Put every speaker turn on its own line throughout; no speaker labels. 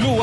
No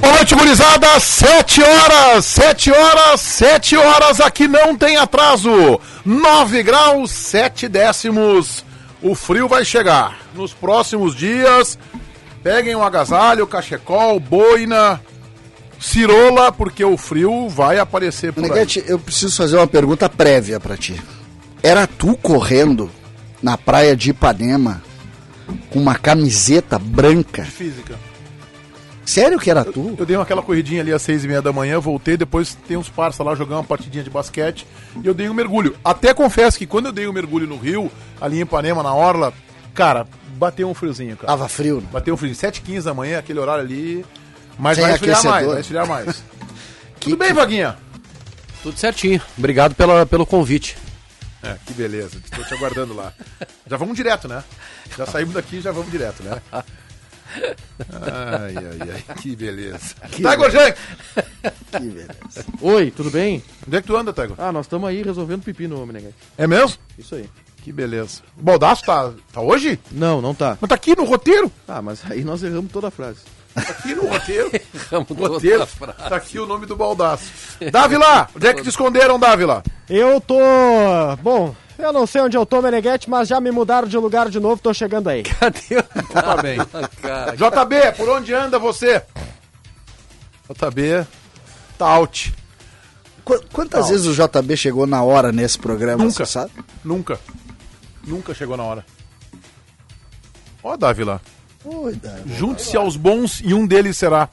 Boa noite, gurizada. Sete horas, sete horas, sete horas. Aqui não tem atraso. Nove graus, sete décimos. O frio vai chegar. Nos próximos dias, peguem o agasalho, cachecol, boina, cirola, porque o frio vai aparecer por aí.
Neguete, eu preciso fazer uma pergunta prévia pra ti. Era tu correndo na praia de Ipanema com uma camiseta branca?
Física.
Sério que era tu?
Uh. Eu dei aquela corridinha ali às seis e meia da manhã, voltei, depois tem uns parça lá jogar uma partidinha de basquete e eu dei um mergulho. Até confesso que quando eu dei um mergulho no rio, ali em Ipanema, na Orla, cara, bateu um friozinho, cara.
Tava frio, né?
Bateu um friozinho, 7h15 da manhã, aquele horário ali. Mas
Sem
vai esfriar
aquecedor.
mais, vai esfriar mais. Tudo bem, Vaguinha?
Tudo certinho. Obrigado pela, pelo convite.
É, que beleza. Estou te aguardando lá. Já vamos direto, né? Já saímos daqui e já vamos direto, né? Ai, ai, ai, que beleza. Tiger Junk,
Que beleza.
Oi, tudo bem?
onde é que tu anda, Tiger?
Ah, nós estamos aí resolvendo pipi no Omega.
É mesmo?
Isso aí.
Que beleza. O Baldaço tá, tá hoje?
Não, não tá.
Mas tá aqui no roteiro.
Ah, mas aí nós erramos toda a frase.
Tá aqui no roteiro.
Ramo
roteiro. Tá aqui o nome do Baldaço. Dávila, onde é que te esconderam, Dávila?
Eu tô. Bom, eu não sei onde eu tô, Meneghete, mas já me mudaram de lugar de novo, tô chegando aí.
Cadê o
Tá bem.
cara?
JB, por onde anda você? JB tá out.
Qu- quantas vezes o JB chegou na hora nesse programa?
Nunca.
você sabe?
Nunca. Nunca chegou na hora. Ó, Dávila,
Oi, Dani.
junte-se aos bons e um deles será.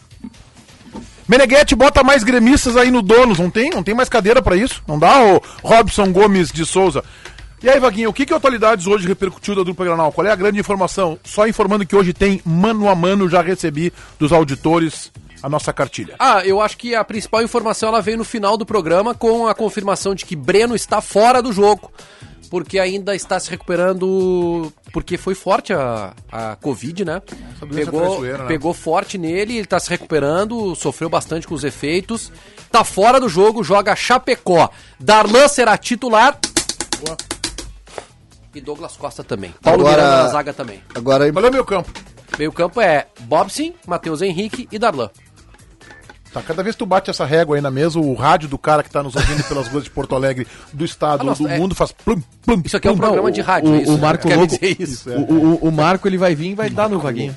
Meneghetti, bota mais gremistas aí no donos, não tem? Não tem mais cadeira pra isso? Não dá, ô Robson Gomes de Souza? E aí, Vaguinha, o que que atualidades hoje repercutiu da dupla Granal? Qual é a grande informação? Só informando que hoje tem mano a mano, já recebi dos auditores a nossa cartilha.
Ah, eu acho que a principal informação ela veio no final do programa com a confirmação de que Breno está fora do jogo, porque ainda está se recuperando, porque foi forte a, a Covid, né?
É, doença
Pegou,
traiçoeira, né?
pegou forte nele, ele tá se recuperando, sofreu bastante com os efeitos, tá fora do jogo, joga Chapecó. Darlan será titular. E Douglas Costa também. Paulo
Agora-
Miranda na zaga também.
Agora aí.
Qual é o meu campo?
Meio campo é Bobson, Matheus Henrique e Darlan.
Tá, cada vez que tu bate essa régua aí na mesa, o rádio do cara que tá nos ouvindo pelas ruas de Porto Alegre, do estado,
Ah, nossa,
do
é-
mundo, faz plum, plum,
Isso aqui é um
plum.
programa de rádio,
o-
é isso.
o
né?
Marco
Quer me
Louco-
dizer isso.
é
O, o- o Marco ele vai vir e vai dar no Vaguinho.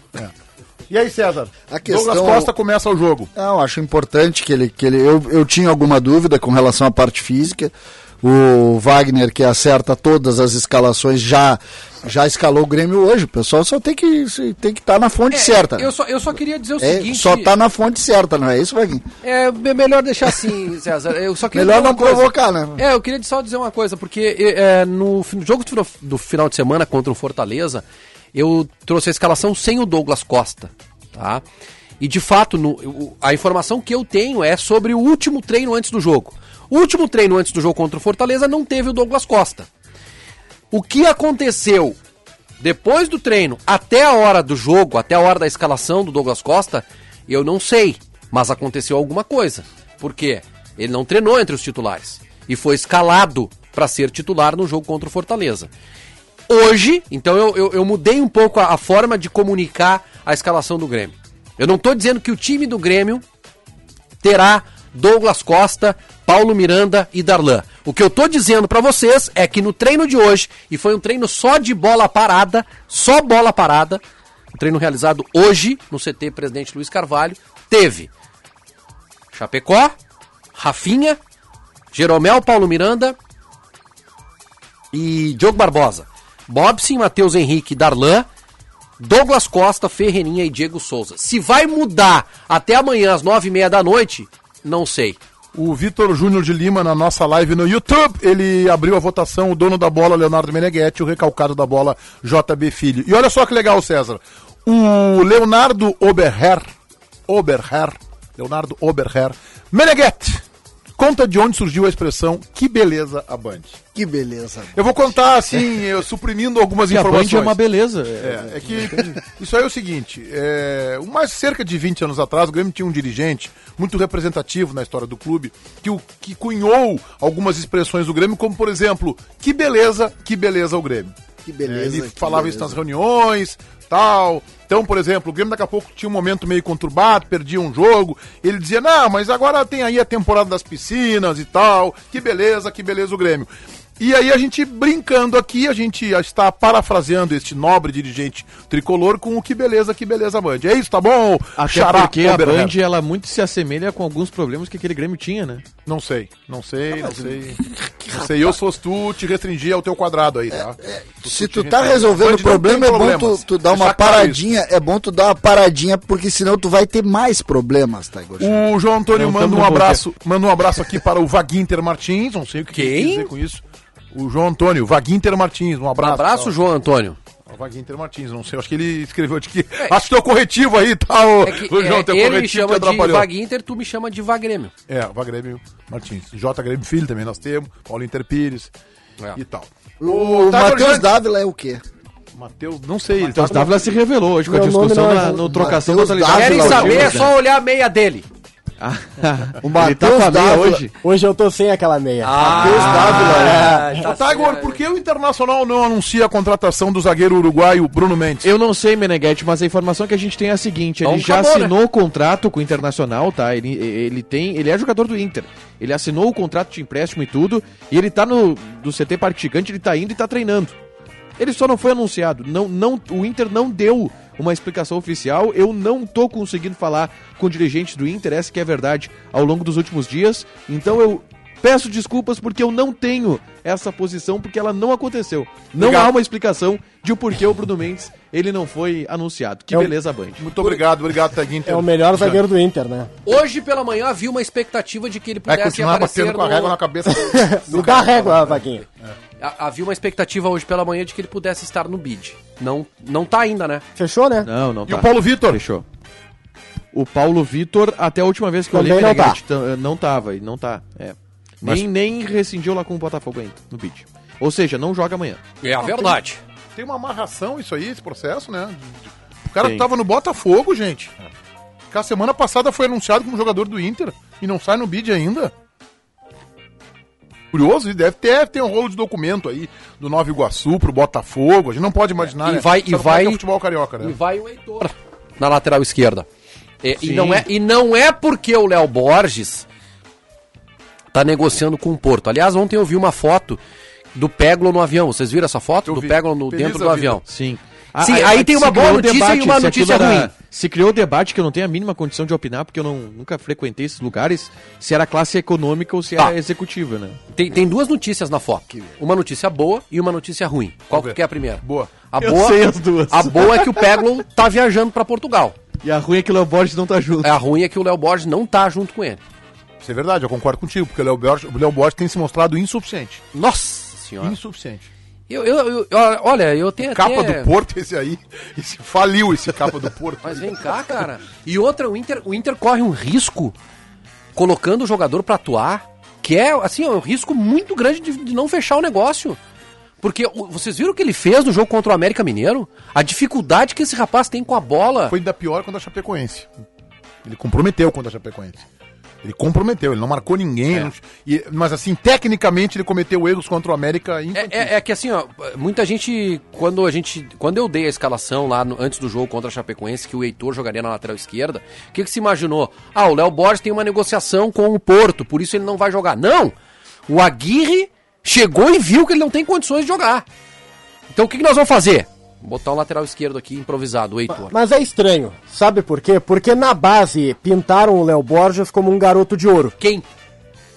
E aí, César?
A questão-
Douglas Costa começa o jogo.
Não, acho importante que ele. Que ele eu, eu tinha alguma dúvida com relação à parte física. O Wagner, que acerta todas as escalações, já, já escalou o Grêmio hoje. O pessoal só tem que estar tem que tá na fonte
É,
certa.
Eu só, eu só queria dizer o
É,
seguinte.
só tá na fonte certa, não é isso, Vaguinho?
É me- melhor deixar assim, César. Eu só queria
Melhor
dizer uma
não provocar, né?
É, eu queria só dizer uma coisa, porque é, é, no, fi- no jogo do, fina- do final de semana contra o Fortaleza, eu trouxe a escalação sem o Douglas Costa, tá? E de fato, no- eu- a informação que eu tenho é sobre o último treino antes do jogo. O último treino antes do jogo contra o Fortaleza não teve o Douglas Costa. O que aconteceu depois do treino até a hora do jogo, até a hora da escalação do Douglas Costa, eu não sei, mas aconteceu alguma coisa. Por quê? Ele não treinou entre os titulares e foi escalado para ser titular no jogo contra o Fortaleza. Hoje, então eu, eu, eu mudei um pouco a, a forma de comunicar a escalação do Grêmio. Eu não tô dizendo que o time do Grêmio terá Douglas Costa, Paulo Miranda e Darlan. O que eu tô dizendo pra vocês é que no treino de hoje, e foi um treino só de bola parada, só bola parada, o treino realizado hoje no CT Presidente Luiz Carvalho, teve Chapecó, Rafinha, Jeromel Paulo Miranda e Diogo Barbosa. Bobson, Matheus Henrique, Darlan, Douglas Costa, Ferreirinha e Diego Souza. Se vai mudar até amanhã às nove e meia da noite, não sei.
O Vitor Júnior de Lima, na nossa live no YouTube, ele abriu a votação, o dono da bola, Leonardo Meneghetti, o recalcado da bola, JB Filho. E olha só que legal, César. O Leonardo Oberher, Oberher, Leonardo Oberher, Meneghete, conta de onde surgiu a expressão que beleza a Band.
Que beleza.
Eu vou contar assim, eu suprimindo algumas
Que a Band
informações.
é uma beleza.
É, é que isso aí é o seguinte, é, o mais cerca de 20 anos atrás, o Grêmio tinha um dirigente muito representativo na história do clube, que, o, que cunhou algumas expressões do Grêmio, como por exemplo, que beleza, que beleza o Grêmio.
Que
É,
beleza. né?
ele
que
falava
beleza.
isso nas reuniões, tal. Então, por exemplo, o Grêmio daqui a pouco tinha um momento meio conturbado, perdia um jogo. Ele dizia, não, mas agora tem aí a temporada das piscinas e tal. Que beleza, que beleza o Grêmio. E aí a gente brincando aqui, a gente está parafraseando este nobre dirigente tricolor com o que beleza, que beleza Band. É isso, tá bom?
Até
Xará,
porque a
Oberheim?
Band, ela muito se assemelha com alguns problemas que aquele Grêmio tinha, né?
Não sei, não sei, não sei. Não sei, eu se fosse tu, te restringir ao teu quadrado aí, tá?
Se tu tá resolvendo
Band
o
não
problema,
tem
é bom
problemas.
tu, tu dar uma
Deixar claro
paradinha. É bom tu dar uma paradinha, porque senão tu vai ter mais problemas, tá, Igor?
O João Antônio
Não,
manda
tamo
um
no
abraço, manda um abraço aqui para o Vaguinter Martins, não sei o que
Quem?
ele quis dizer com isso. O João Antônio, Vaguinter Martins, um
Um
abraço.
abraço, João Antônio.
Tá, O Vaguinter Martins, não sei, acho que ele escreveu de que. acho que teu corretivo aí, tá? O,
É que,
o João,
é,
teu
ele me
corretivo te
chama de
atrapalhou.
Vaguinter, tu me chama de Vagrêmio.
É, Vagrêmio Martins. J. Grêmio Filho também nós temos, Paulo Inter Pires
É.
e tal.
O,
Tiger
Matheus
Jane-
Dávila é o quê?
Matheus, não sei, ele
Então,
tá-
Dávila se revelou hoje com a
Meu nome
discussão
não é
na,
João-
no trocação
Matheus
Ah,
totalizada.
Dávila.
Querem
Vagrêmio.
saber? É
né?
só olhar a meia dele.
o
tá
Matheus Dávila. Ah,
hoje.
Hoje eu tô sem aquela meia.
Matheus Dávila.
Ah, tá
Ô, Tiger,
certo.
por que o Internacional não anuncia a contratação do zagueiro uruguaio Bruno Mendes?
Eu não sei, Meneghete, mas a informação que a gente tem é a seguinte:
Então
ele já
acabou, né?
assinou o contrato com o Internacional, tá? Ele, ele tem. Ele é jogador do Inter. Ele assinou o contrato de empréstimo e tudo. E ele tá no do CT Parque Gigante, ele tá indo e tá treinando. Ele só não foi anunciado. Não, não, o Inter não deu uma explicação oficial. Eu não tô conseguindo falar com dirigentes do Inter, essa que é a verdade, ao longo dos últimos dias. Então eu peço desculpas porque eu não tenho essa posição, porque ela não aconteceu. Não
Obrigado.
há uma explicação de o porquê o Bruno Mendes ele não foi anunciado. Que
É o-
beleza, Band.
Muito obrigado, obrigado, Taguinter.
É o melhor zagueiro do Inter, né?
Hoje pela manhã havia uma expectativa de que ele é
Vai
pudesse
continuar
aparecer
batendo com a
no...
régua na cabeça.
Me dá régua, Vaguinho.
Ha- Havia uma expectativa hoje pela manhã de que ele pudesse estar no bid. Não, não tá ainda, né?
Fechou, né?
Não, não tá.
E
Tá.
o Paulo Vitor?
Fechou. O Paulo Vitor, até a última vez que eu
Também
olhei,
não
Meneghete, tam- eh, não tava, e não tá. É.
Mas-
Nem, nem rescindiu lá com o Botafogo ainda, no bid. Ou seja, não joga amanhã.
É a verdade.
Tem uma amarração isso aí, esse processo, né? De- de- O cara
Tem.
que tava no Botafogo, gente.
É.
Que a semana passada foi anunciado como jogador do Inter e não sai no bid ainda. Curioso, e deve ter, tem um rolo de documento aí do Nova Iguaçu pro Botafogo. A gente não pode imaginar.
E
né?
vai-
Sabe
e
como é que
vai-
é o futebol carioca,
E
né?
vai o Heitor na lateral esquerda. E, e
Sim.
não, é, e não é porque o Léo Borges tá negociando com o Porto. Aliás, ontem eu vi uma foto do Pégolo no avião. Vocês viram essa foto?
Eu
do
vi.
Pégolo no-
Feliz
dentro
a
do
vida.
avião.
Sim.
Sim, aí tem uma boa notícia e uma notícia ruim.
Se criou o debate que eu não tenho a mínima condição de opinar, porque eu não, nunca frequentei esses lugares, se era classe econômica ou se
Tá.
era executiva, né?
Tem, tem duas notícias na foto. Uma notícia boa e uma notícia ruim. Qual
ver.
que é a primeira?
Boa.
A
Eu
boa,
sei as duas.
A boa é que o Pégolo tá viajando pra Portugal.
E a ruim é que o Léo Borges não tá junto.
A ruim é que o Léo Borges não tá junto com ele.
Isso é verdade, eu concordo contigo, porque o Léo Borges- o Léo Borges tem se mostrado insuficiente.
Nossa senhora.
Insuficiente.
Eu, eu, eu- olha, eu tenho
Capa
até...
do Porto, esse aí. Esse faliu esse capa do Porto.
Mas vem cá, cara. E outra, o Inter, o Inter corre um risco colocando o jogador pra atuar, que é, assim, ó, um risco muito grande de, de não fechar o negócio. Porque o- vocês viram o que ele fez no jogo contra o América Mineiro? A dificuldade que esse rapaz tem com a bola.
Foi ainda pior quando a Chapecoense. Ele comprometeu contra a Chapecoense. Ele comprometeu, ele não marcou ninguém. não- e- mas assim, tecnicamente ele cometeu erros contra o América em
É, é- é que assim, ó, muita gente, quando a gente, quando eu dei a escalação lá no- antes do jogo contra a Chapecoense, que o Heitor jogaria na lateral esquerda, o que, que se imaginou? Ah, o Léo Borges tem uma negociação com o Porto, por isso ele não vai jogar. Não! O Aguirre chegou e viu que ele não tem condições de jogar. Então o que, que nós vamos fazer? Botar um lateral esquerdo aqui improvisado, o Heitor.
Mas é estranho. Sabe por quê? Porque na base pintaram o Léo Borges como um garoto de ouro.
Quem?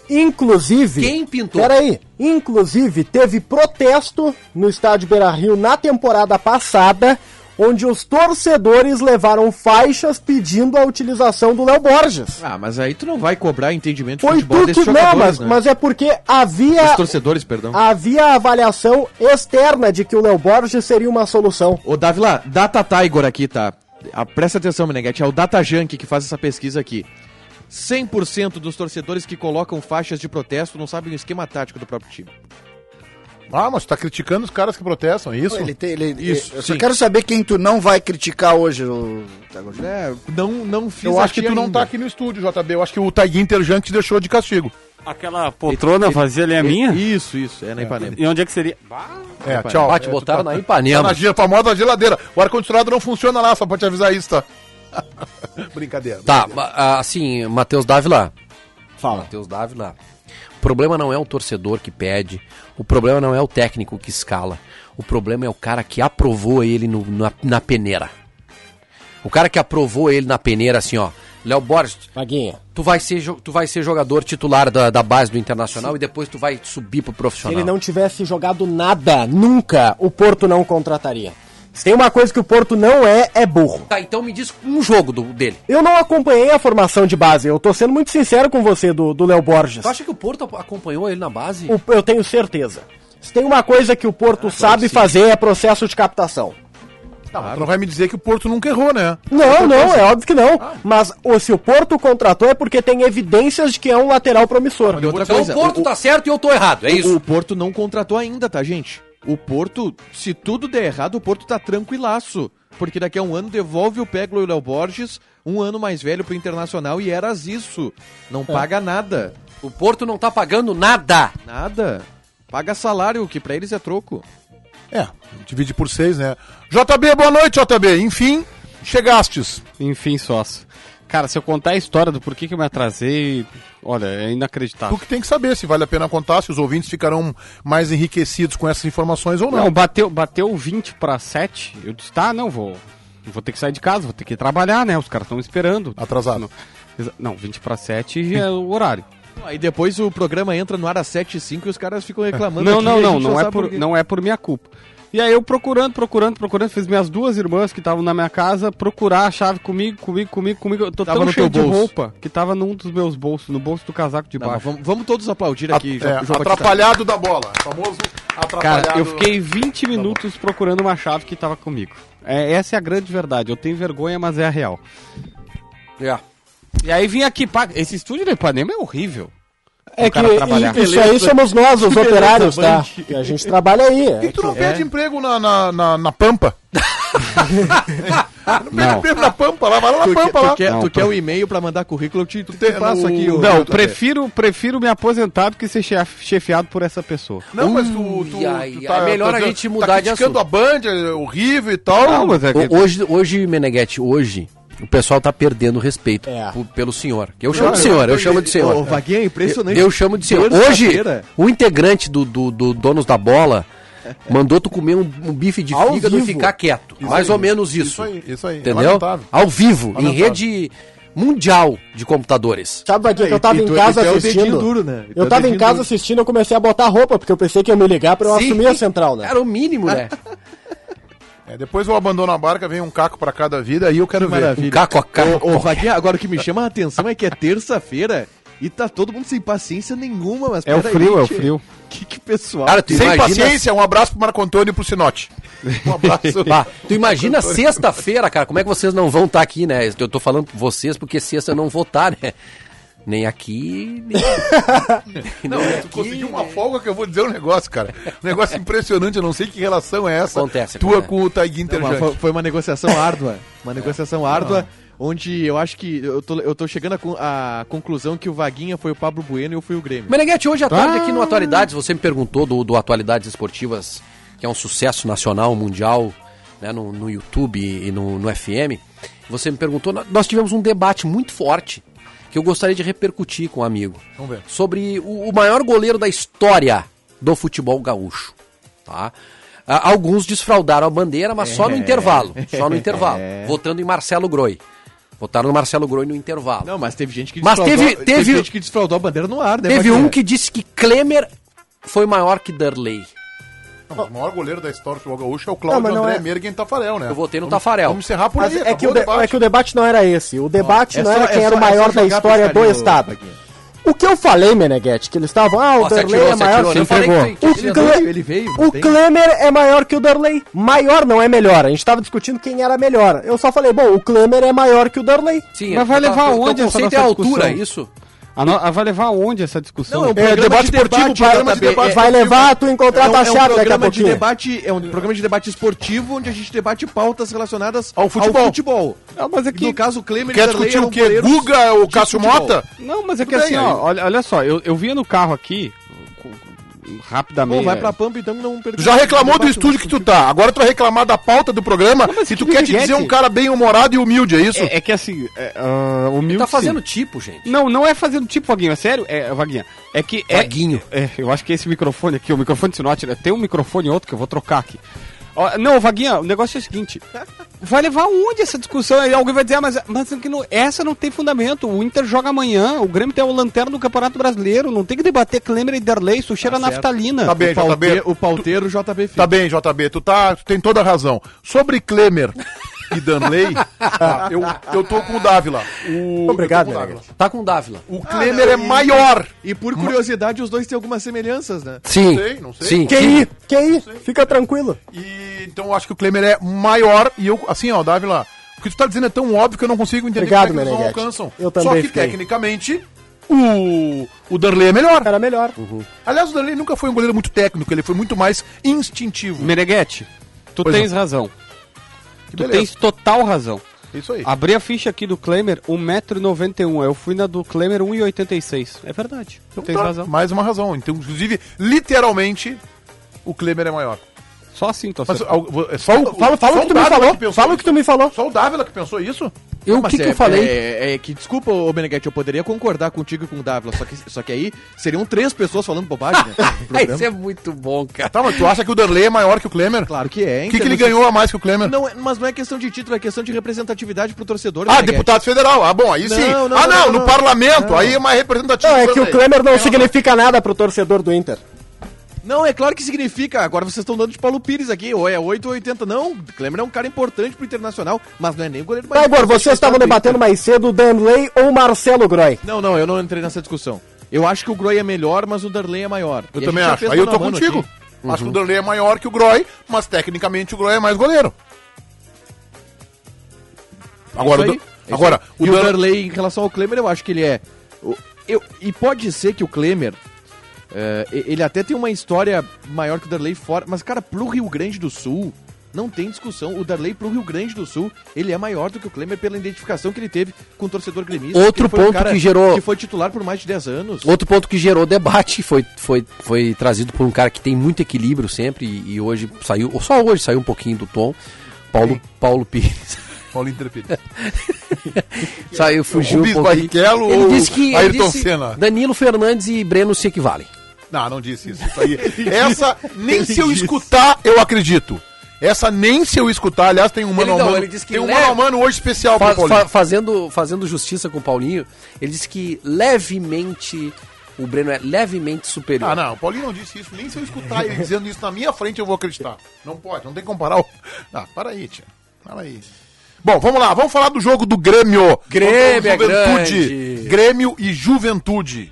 Inclusive.
Quem pintou?
Peraí. Inclusive, teve protesto no estádio Beira Rio na temporada passada, onde os torcedores levaram faixas pedindo a utilização do Léo Borges.
Ah, mas aí tu não vai cobrar entendimento de
Foi
futebol
tu
desses
que. Não,
jogadores,
mas,
né?
mas é porque
Dos
havia.
torcedores, perdão.
Havia a avaliação externa de que o Léo Borges seria uma solução.
Ô, Davila, Data Tiger aqui, tá? Ah, presta atenção, Meneghete. É o Data Junk que faz essa pesquisa aqui. 100% dos torcedores que colocam faixas de protesto não sabem o esquema tático do próprio time.
Ah, mas tu tá criticando os caras que protestam, é isso?
Ele tem, ele,
Isso,
eu só
sim.
quero saber quem tu não vai criticar hoje, o Tagore.
É, não, não fiz
Eu acho que tu não tá aqui no estúdio, JB. Eu acho que o Tag Interjan te deixou de castigo.
Aquela poltrona vazia ali é minha?
Isso, isso, é na Ipanema.
E onde é que seria?
É, tchau.
Bate,
é,
botaram na
tá na
Ipanema.
gel- famosa geladeira. O ar-condicionado não funciona lá, só pra te avisar isso, tá? brincadeira.
Tá, ma- ah, assim, Matheus Dávila.
Fala.
Matheus Dávila. O problema não é o torcedor que pede, o problema não é o técnico que escala, o problema é o cara que aprovou ele no- na, na peneira. O cara que aprovou ele na peneira, assim, ó. Léo Borges,
Vaguinha,
tu vai ser, jo- tu vai ser jogador titular da, da base do Internacional e depois tu vai subir pro
se
profissional.
ele não tivesse jogado nada, nunca, o Porto não contrataria. Se tem uma coisa que o Porto não é, é burro.
Tá, então me diz um jogo do- dele.
Eu não acompanhei a formação de base, eu tô sendo muito sincero com você, do do Léo Borges.
Tu acha que o Porto ap- acompanhou ele na base?
O- eu tenho certeza. Se tem uma coisa que o Porto sabe fazer é processo de captação.
Tá, mas tu não vai me dizer que o Porto nunca errou, né?
Não, não, é óbvio que não. Mas o- se o Porto contratou é porque tem evidências de que é um lateral promissor.
Olha, outra
Então
é coisa,
o Porto
o-
tá certo e eu tô errado, é isso.
O Porto não contratou ainda, tá, gente? O Porto, se tudo der errado, o Porto tá tranquilaço. Porque daqui a um ano devolve o Peglo e o Léo Borges, um ano mais velho pro Internacional e eras isso.
É.
Não paga nada.
O Porto não tá pagando nada.
Nada. Paga salário, que pra eles é troco.
É, divide por seis, né? JB, boa noite, JB. Enfim, chegastes.
Enfim, sócio. Cara, se eu contar a história do porquê que eu me atrasei, olha, é
Tu
inacreditável.
que tem que saber se vale a pena contar, se os ouvintes ficarão mais enriquecidos com essas informações ou não.
Não, bateu, bateu 20 para 7, eu disse, tá, não, vou, vou ter que sair de casa, vou ter que ir trabalhar, né, os caras estão me esperando.
Atrasado.
Não, exa- não, 20 para 7 é o horário.
Aí depois o programa entra no área 7 e 5 e os caras ficam reclamando.
Não,
aqui,
não,
e a
não,
gente
não é,
sabe
por,
quê.
não é por minha culpa. E aí eu procurando, procurando, procurando, fiz minhas duas irmãs que estavam na minha casa procurar a chave comigo, comigo, comigo, comigo. Eu tô
Tava
tão
no
cheio
teu
de
bolso.
roupa que tava num dos meus bolsos, no bolso do casaco de
Não, mas
baixo.
Tá vamos, vamos todos aplaudir aqui,
É,
João Batista.
atrapalhado da bola. Famoso atrapalhado.
Cara, eu fiquei 20
Tá
minutos procurando uma chave que tava comigo. É, essa é a grande verdade. Eu tenho vergonha, mas é a real. E aí vim aqui, pá, esse estúdio do Ipanema é horrível.
É
O
que
cara trabalhar.
i- isso aí somos nós, os operários, tá?
Avante.
Que a gente trabalha aí. é
Por que
É.
tu não perde emprego na, na, na, na Pampa? não perde
Não.
emprego na Pampa, lá, vai lá na
Tu, que-
Pampa lá.
tu quer,
Não,
tu
pra-
quer o e-mail pra mandar currículo? Eu te, tu
Tem-
te passo
no-
aqui. o-
Não,
Jota B.
prefiro, prefiro me aposentar do que ser chef- chefiado por essa pessoa.
Não, mas tu, tu,
Ui, ai,
tu
ai, Hum, é melhor a
dizendo-
gente mudar de
criticando a Band, é horrível e tal.
Não, mas é que...
O- Hoje, hoje Meneghete, hoje, o pessoal tá perdendo o respeito p- pelo senhor. Que Eu chamo de senhor, eu chamo de
Ô,
senhor.
Vaguinha, é impressionante.
Eu chamo de senhor. Hoje,
Terça-feira.
o integrante do, do, do Donos da Bola mandou tu comer um, um bife de
Ao
fígado
vivo.
e ficar quieto. Mais ou menos isso.
Isso aí, isso aí. É
Entendeu?
lamentável.
Ao vivo, em
Lamentável.
rede mundial de computadores.
Sabe, Vaguinha, que eu tava
E tu-
em
e
casa
tu é o dedinho
assistindo.
duro, né? E tu é
Eu
o
tava em
dedinho
casa
duro.
assistindo, eu comecei a botar roupa, porque eu pensei que ia me ligar pra eu assumir a central, né?
Era o mínimo, né?
É, depois eu abandono a barca, vem um caco pra cada vida, aí eu quero ver.
maravilha.
Um caco a caco.
Ô, ô, Vaguinha, agora o que me chama a atenção é que é terça-feira e tá todo mundo sem paciência nenhuma, mas
É o
peraí,
frio, é o
tchê.
frio.
Que que pessoal.
Cara, tu
Sem
imagina...
paciência, um abraço pro Marco Antônio e pro Sinote. Um abraço.
Bah, Ah, tu imagina sexta-feira, cara, como é que vocês não vão estar aqui, né? Eu tô falando vocês porque sexta eu não vou estar, né? Nem aqui, nem
Não, tu conseguiu uma folga que eu vou dizer um negócio, cara. Um negócio impressionante, eu não sei que relação é essa.
Acontece,
Tua
acontece.
com o Taig
Não, mas
Interjante.
foi, foi uma negociação árdua. Uma negociação árdua, onde eu acho que eu tô, eu tô chegando à con- à conclusão que o Vaguinha foi o Pablo Bueno e eu fui o Grêmio.
Meneghete, hoje à
Tá.
tarde aqui no Atualidades, você me perguntou do, do Atualidades Esportivas, que é um sucesso nacional, mundial, né, no, no YouTube e no, no FM. Você me perguntou, nó- nós tivemos um debate muito forte que eu gostaria de repercutir com um amigo.
Vamos ver.
Sobre o, o maior goleiro da história do futebol gaúcho. Tá? Ah, Alguns desfraudaram a bandeira, mas só no
É.
intervalo. Só no intervalo. Votando em Marcelo Groi. Votaram no Marcelo Groi no intervalo.
Não, mas teve gente que
Mas
desfraudou-
teve- teve-
gente que desfraudou a bandeira no ar, né?
Teve
Vaguinha?
um que disse que Klemer foi maior que Darley.
Não, mas O maior goleiro da história do futebol gaúcho é o Cláudio
Não, mas não
André
é.
Mergen Tafarel, né?
Eu votei no Tafarel.
Vamos encerrar por
Mas
aí.
é que,
acabou
o de- é que o debate não era esse. O debate
É
não
só-
era quem
é
era o
só- é
maior
só
da
jogar
história
pro
do
carinho,
Estado.
Vaguinha.
O
O que eu falei, Meneghetti, que eles estavam. Ah, o
Ó, se
Derlei
atirou,
é
se
maior
atirou,
que
eu falei que sim, que
o
atirou.
Cle-
Ele veio, não
O
tem.
Klemer é maior que o Derlei. Maior não é melhor. A gente tava discutindo quem era melhor. Eu só falei, bom, o Klemer é maior que o Derlei.
Sim,
Mas vai
aquela
levar
coisa-
aonde
então, O
essa
conceito é a
nossa
altura,
discussão?
isso?
A no- a vai levar aonde essa discussão?
Não, é um
É,
programa
debate
de
esportivo,
debate,
programa de
JB,
debate.
é-
Vai
é um
levar,
programa-
tu encontra
é um-
a
é um
chave daqui a
programa de
pouquinho.
debate, é um programa de debate esportivo onde a gente debate pautas relacionadas ao
futebol. Tá
futebol.
Ah, mas é que-
No caso, o Klemer
Quer
Darley
discutir
eram
o quê?
goleiros
Guga ou
de
Cássio
futebol.
Mota?
Não, mas é que
Tudo
assim,
bem,
ó,
aí.
olha, olha só, eu, eu vinha no carro aqui, com- com- rapidamente.
Pô, vai pra Pampa então que não
Tu
perdeu.
já reclamou do estúdio que tu tá, agora tu vai reclamar da pauta do programa
mas
e tu
que
quer te
Meneghetti?
dizer um cara bem humorado e humilde, é isso?
é, é que assim, é, ah, humilde.
Tá fazendo
sim.
tipo, gente.
Não, não é fazendo tipo Vaguinho, é sério? É, Vaguinha. É que. É,
Vaguinho.
é, eu acho que esse microfone aqui, o microfone de Sinote, né, tem um microfone e outro que eu vou trocar aqui. Ó, não, Vaguinha, o negócio é o seguinte: vai levar onde essa discussão? Aí alguém vai dizer, ah, mas, mas é que não- essa não tem fundamento. O Inter joga amanhã, o Grêmio tem o lanterna do Campeonato Brasileiro, não tem que debater Klemer e Derlei, isso cheira
certo.
naftalina.
Tá bem,
O paute-
JB.
O pauteiro JB
Tá
Filho.
bem, JB, tu, tá, tu tem toda a razão. Sobre Klemer e Danley, tá, eu, eu tô com o Dávila. O,
Obrigado,
eu tô com o Dávila.
Meneghetti.
Tá com o Dávila.
O Klemer é
e-
maior.
E por curiosidade, os dois têm algumas semelhanças, né?
Sim.
Não sei, não sei.
Sim.
QI, QI, fica tranquilo.
E, então eu acho que o Klemer é maior e eu, assim, ó, Dávila, o que tu tá dizendo é tão óbvio que eu não consigo entender
Obrigado,
como é que eles não
Meneghetti.
alcançam.
Eu
Só
também
que,
fiquei.
tecnicamente, o, o Danley é melhor.
Era melhor.
Aliás, o Danley nunca foi um goleiro muito técnico, ele foi muito mais instintivo.
Meneghete, tu
Pois
tens razão.
Que
Tu
beleza.
tens total razão.
Isso aí.
Abri a ficha aqui do Klemer, 1,91m. Eu fui na do Klemer 1,86m. É verdade. Tu tens
Tá,
razão.
Mais uma razão. Então, inclusive, literalmente, o Klemer é maior.
Só assim, tô
Mas
acertando.
al- vo- é só o,
Fala, fala
só
o que tu me
um
Dávila
falou.
pensou
fala o que
isso.
tu me falou.
Só o Dávila que pensou isso?
Eu, o
Mas
que, que
é-
eu falei?
É, é que, desculpa, ô Meneghete, eu poderia concordar contigo e com o Dávila, só que, só que aí seriam três pessoas falando bobagem, né?
Isso é muito bom, cara.
Tá, mas tu acha que o Derlei é maior que o Klemer?
Claro que é,
O
hein?
que, que ele ganhou a mais que o Klemer?
Não, é- mas não é questão de título, é questão de representatividade pro torcedor.
Ah,
Meneghete.
deputado federal. Ah, bom, aí
Não,
sim.
não,
ah, não,
não,
no
não.
parlamento. Aí é mais representativo.
Não, é que o
Derlei.
Klemer não significa nada pro torcedor do Inter.
Não, é claro que significa. Agora vocês estão dando de Paulo Pires aqui. Ou é 8 ou 80. Não, Klemer é um cara importante pro Internacional, mas não é nem o goleiro
Tá,
mais
Igor,
importante
vocês
do
estavam
estado do
debatendo
Inter.
mais cedo o Danley ou o Marcelo Groy.
Não, não, eu não entrei nessa discussão. Eu acho que o Groy é melhor, mas o Darley é maior.
Eu
E a
também
gente já
acho.
fez
Aí eu tô
mano a mano
contigo.
aqui.
Acho que o Derlei é maior que o Groy, mas tecnicamente o Groy é mais goleiro. Agora,
Isso
o
aí,
Dan-
é isso
agora
aí.
o,
e o
Dan-
Darley, em relação ao Klemer, eu acho que ele é. o- Eu, e pode ser que o Klemer. eh, e- ele até tem uma história maior que o Darley fora. Mas, cara, pro Rio Grande do Sul, não tem discussão. O Darley pro Rio Grande do Sul, ele é maior do que o Klemer pela identificação que ele teve com o torcedor gremista.
Outro
que ele foi um
ponto que gerou-
Que foi titular por mais de 10 anos.
Outro ponto que gerou debate foi, foi, foi trazido por um cara que tem muito equilíbrio sempre e, e hoje saiu, ou só hoje saiu um pouquinho do tom, Paulo, Paulo Pires.
Paulo Interpires.
Saiu, fugiu um
Rubens
pouquinho.
Barrichello ou
Ele disse que ele
Ayrton
disse
Senna?
Danilo Fernandes e Breno se equivalem.
Não, não disse isso. Isso aí. Essa, nem se eu escutar, eu acredito. Essa nem se eu escutar, aliás, tem um mano
não,
a
ele
mano.
disse que
Tem um
leva-
é.
mano a mano hoje especial
Fa-
pro Paulinho.
fa- fazendo, fazendo justiça com o Paulinho, ele disse que levemente o Breno é levemente superior.
Ah, não, o Paulinho não disse isso. Nem se eu escutar ele dizendo isso na minha frente, eu vou acreditar. Não pode, não tem que comparar o... Ah, para aí, tia. Para aí. Bom, vamos lá, vamos falar do jogo do Grêmio.
Grêmio é
Contra o
grande.
Grêmio e Juventude.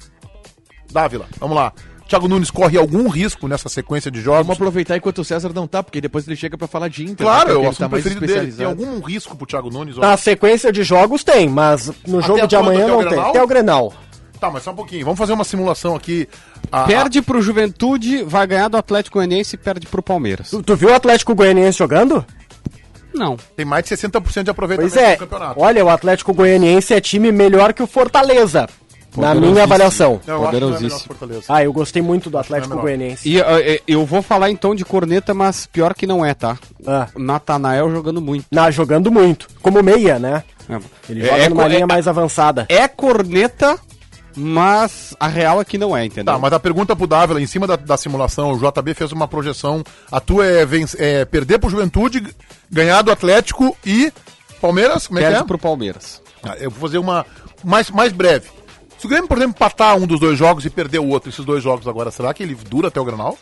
Dávila, vamos lá. Thiago Nunes corre algum risco nessa sequência de jogos?
Vamos aproveitar enquanto o César não tá, porque depois ele chega pra falar de Inter.
Claro, é
né, porque
o
ele
assunto preferido dele. é Tem algum risco pro Thiago Nunes? ó?
Na sequência de jogos tem, mas no jogo de
quando?
amanhã
Até o
não tem.
Grenal?
Até o Grenal.
Tá, mas só um pouquinho. Vamos fazer uma simulação aqui. Ah, A-
Perde pro Juventude, vai ganhar do Atlético Goianiense e perde pro Palmeiras.
Tu, tu viu o Atlético Goianiense jogando?
Não.
a- ah, tem mais de 60% de aproveitamento
Pois é.
do campeonato.
Olha, o Atlético Goianiense é time melhor que o Fortaleza, na minha avaliação.
Não, eu acho que não é melhor que
Poderosíssimo.
o Fortaleza.
Ah, eu gostei muito do Atlético
melhor.
Goianiense.
E ah, eh, eu vou falar então de corneta, mas pior que não é, tá?
Ah.
O Natanael jogando muito.
Na, jogando muito. Como meia, né? Ele joga
é,
numa
co-
linha
é-
mais avançada.
é corneta, mas a real é que não é, entendeu?
Tá, mas a pergunta pro Dávila, em cima da, da simulação, o JB fez uma projeção. A tua é, venc- é perder pro Juventude, g- ganhar do Atlético e Palmeiras? Como é
Perde
que é?
pro Palmeiras.
Ah, Eu vou fazer uma mais, mais breve. Se o Grêmio, por exemplo, empatar um dos dois jogos e perder o outro, esses dois jogos agora, será que ele dura até o Granal?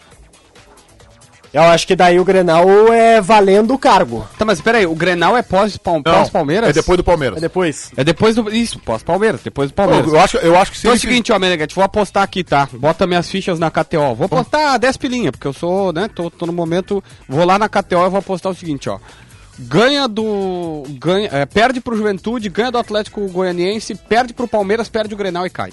Eu acho que daí o Grenal é valendo o cargo.
Tá, mas peraí, o Grenal é
Não,
pós-Palmeiras?
É depois do Palmeiras.
É depois.
É depois do. Isso, pós-Palmeiras, depois do Palmeiras.
Eu, eu acho, que- eu acho que se
Então é o
ele-
seguinte, ó, Meneghete, vou apostar aqui, tá? Bota minhas fichas na KTO. Vou apostar 10 pilinha, porque eu sou, né? Tô, tô no momento. Vou lá na KTO e vou apostar o seguinte, ó. Ganha do. Ganha, é, perde pro Juventude, ganha do Atlético Goianiense, perde pro Palmeiras, perde o Grenal e cai.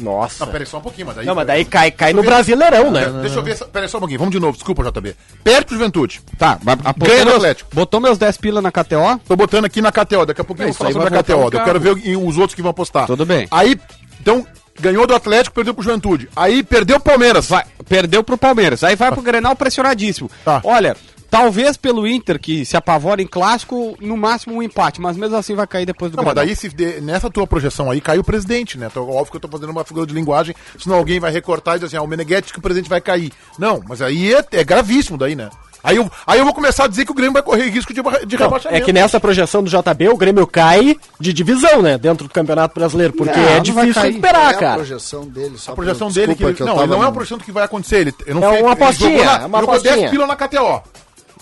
Ah,
Nossa.
peraí, só um pouquinho, mas daí.
Não, mas daí cai, cai no Brasileirão, né?
Deixa eu ver, essa- peraí, só um pouquinho. Vamos de novo, desculpa, JB. Perde pro Juventude.
Tá, vai
Ganha do
meus-
Atlético.
Botou meus 10 pila na KTO.
Tô botando aqui na KTO, daqui a pouquinho eu
isso
vou falar
aí
sobre
vai
a KTO.
voltar no
Eu quero ver o- e os outros que vão apostar.
Tudo bem.
Aí, então, ganhou do Atlético, perdeu pro Juventude. Aí perdeu o Palmeiras.
Vai, perdeu pro Palmeiras. Aí vai pro Grenal pressionadíssimo.
Tá.
Olha, talvez pelo Inter, que se apavora em clássico, no máximo um empate, mas mesmo assim vai cair depois do
Não, mas
Grenal.
daí, se de- nessa tua projeção aí, cai o presidente, né? Então, óbvio que eu tô fazendo uma figura de linguagem, senão alguém vai recortar e dizer assim, ah, o Meneghetti que o presidente vai cair. Não, mas aí é, é gravíssimo daí, né? Aí eu, aí eu vou começar a dizer que o Grêmio vai correr risco de, barra- de
Não, é
rebaixamento.
que nessa projeção do JB, o Grêmio cai de divisão, né? Dentro do Campeonato Brasileiro. Porque é
Não, não vai
difícil
cair.
recuperar,
a
cara.
projeção dele.
Ah,
Só
A projeção
pra-
dele que,
desculpa
ele,
eu
não,
tava
ele não é uma
no-
projeção do que vai acontecer. Ele, eu não
É
sei,
uma
ele
apostinha,
jogou lá-
é uma
jogou
apostinha.
10 pila na KTO.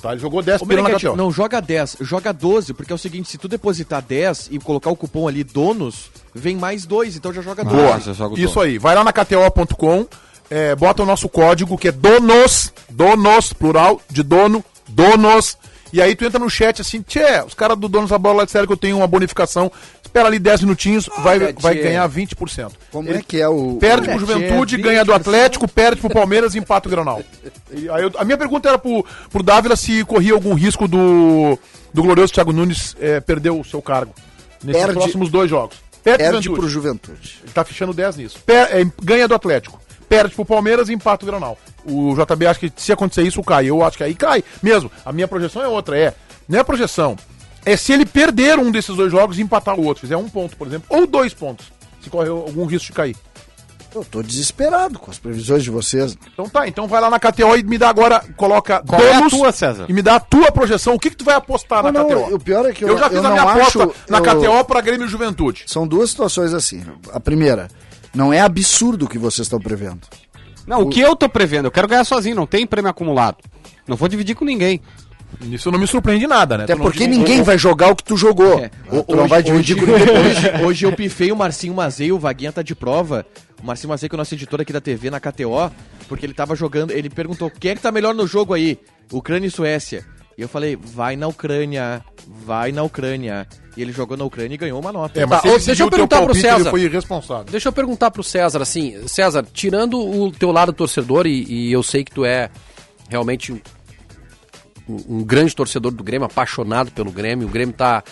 Tá, ele jogou 10
Ô,
pila na
Meneghete,
KTO.
não, joga 10, joga 12, porque é o seguinte, se tu depositar 10 e colocar o cupom ali donos, vem mais 2, então já joga
Ah,
12.
Boa.
você joga o
Isso aí. Vai lá na KTO.com, é, bota o nosso código que é DONOS, DONOS, plural, de dono, DONOS. E aí tu entra no chat assim, tchê, os caras do Donos da Bola lá disseram que eu tenho uma bonificação. Espera ali 10 minutinhos, vai, vai
tchê.
ganhar 20%.
Como é que é o.
Perde pro
Olha,
Juventude,
tchê,
ganha do
20%.
Atlético, perde pro Palmeiras e empata o Granal. E aí eu- a minha pergunta era pro, pro Dávila se corria algum risco do, do glorioso Thiago Nunes é, perder o seu cargo nesses
Perde-
próximos dois jogos. Perde, pro
Perde
Juventude.
pro Juventude.
Ele tá fechando 10 nisso. Per- é, ganha do Atlético. Perde pro Palmeiras e empata o Granal. O JB acha que se acontecer isso, cai. Eu acho que aí cai mesmo. A minha projeção é outra, é. Não é projeção. É se ele perder um desses dois jogos e empatar o outro. Fizer um ponto, por exemplo, ou dois pontos. Se correr algum risco de cair.
Eu tô desesperado com as previsões de vocês.
Então tá, então vai lá na KTO e me dá agora, coloca
Qual é a
donos
tua, César?
e me dá a tua projeção. O que, que tu vai apostar na
Não, não,
KTO?
o pior é que eu-
já fiz
eu
a minha
não
aposta
acho-
na
eu-
KTO pra Grêmio e Juventude.
São duas situações assim. A primeira, não é absurdo o que vocês estão prevendo.
Não, o que eu tô prevendo? Eu quero ganhar sozinho, não tem prêmio acumulado. Não vou dividir com ninguém.
Isso não me surpreende nada, né?
Até
Tu não
porque
diz-
ninguém vai jogar o que tu jogou.
É,
O- tu
hoje-
não vai dividir
hoje,
com ninguém.
hoje, hoje eu pifei o Marcinho Mazei, o Vaguinha tá de prova. O Marcinho Mazei, que é o nosso editor aqui da TV, na KTO, porque ele tava jogando, ele perguntou, quem é que tá melhor no jogo aí? Ucrânia e Suécia. E eu falei, vai na Ucrânia, vai na Ucrânia. E ele jogou na Ucrânia e ganhou uma nota.
É, mas
Tá,
se
ô,
ele
deixa eu
seguiu o teu
perguntar pro
palpite, ele
César.
foi irresponsável.
Deixa eu perguntar pro César, assim, César, tirando o teu lado torcedor, e, e eu sei que tu é realmente um, um grande torcedor do Grêmio, apaixonado pelo Grêmio, o Grêmio tá...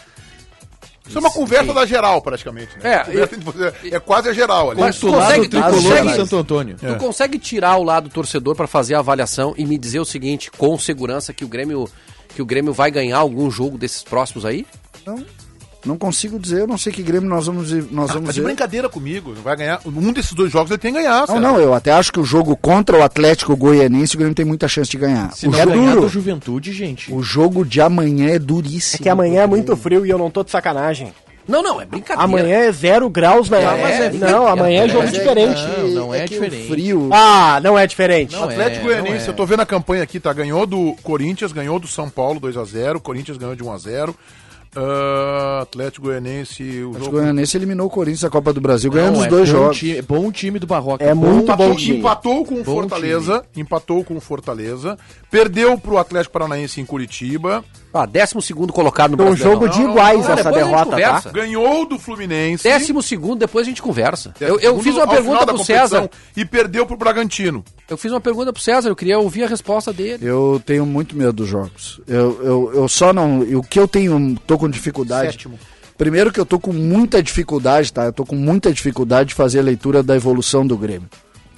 Isso é uma conversa da geral, praticamente. Né?
É,
Conversa entre você- é quase a geral ali.
Mas
Consulado
consegue,
tricolor né? de
consegue,
Santo Antônio.
Tu consegue tirar o lado torcedor pra fazer a avaliação e me dizer o seguinte, com segurança que o Grêmio que o Grêmio vai ganhar algum jogo desses próximos aí?
Não, não consigo dizer, eu não sei que Grêmio nós vamos nós
Tá
vamos
de
ver.
brincadeira comigo. Não vai ganhar. Um desses dois jogos ele tem que ganhar.
Não,
César.
não, eu até acho que o jogo contra o Atlético Goianiense, o Grêmio tem muita chance de ganhar.
Se
o
não
jogo é
ganhar do
tá
duro.
Juventude, gente.
O jogo de amanhã é duríssimo.
É que amanhã é muito frio e eu não tô de sacanagem.
Não, não, é brincadeira.
Amanhã é zero graus, né?
Ah, mas é
não,
brincadeira.
amanhã é jogo
É,
diferente.
Não, não é
que
diferente.
O frio.
Ah, não é diferente.
Não
Atlético
É, não
Goianiense,
é.
eu tô vendo a campanha aqui, tá? Ganhou do Corinthians, ganhou do São Paulo 2x0, Corinthians ganhou de 1x0. Ah, Atlético Goianiense, o
O
jogo.
Goianiense eliminou o Corinthians da Copa do Brasil,
Não,
ganhando os
é
um dois
bom
jogos.
Time, bom time do Barroca.
É muito
empatou,
bom time.
empatou com o
Bom
Fortaleza, empatou com o Fortaleza, perdeu pro Atlético Paranaense em Curitiba,
Ah, décimo segundo colocado no
Foi um
Brasileirão.
jogo de
Não, não, não,
iguais essa
depois a gente
derrota, tá?
conversa.
ganhou do Fluminense.
Décimo segundo, depois a gente conversa. Eu, eu
Segundo
fiz uma
ao final
pergunta
da
pro
competição
César.
E perdeu pro Bragantino.
Eu fiz uma pergunta pro César, eu queria ouvir a resposta dele.
Eu tenho muito medo dos jogos. Eu, eu, eu só não. O que eu tenho. tô com dificuldade. Primeiro que eu tô com muita dificuldade, tá? Eu tô com muita dificuldade de fazer a leitura da evolução do Grêmio.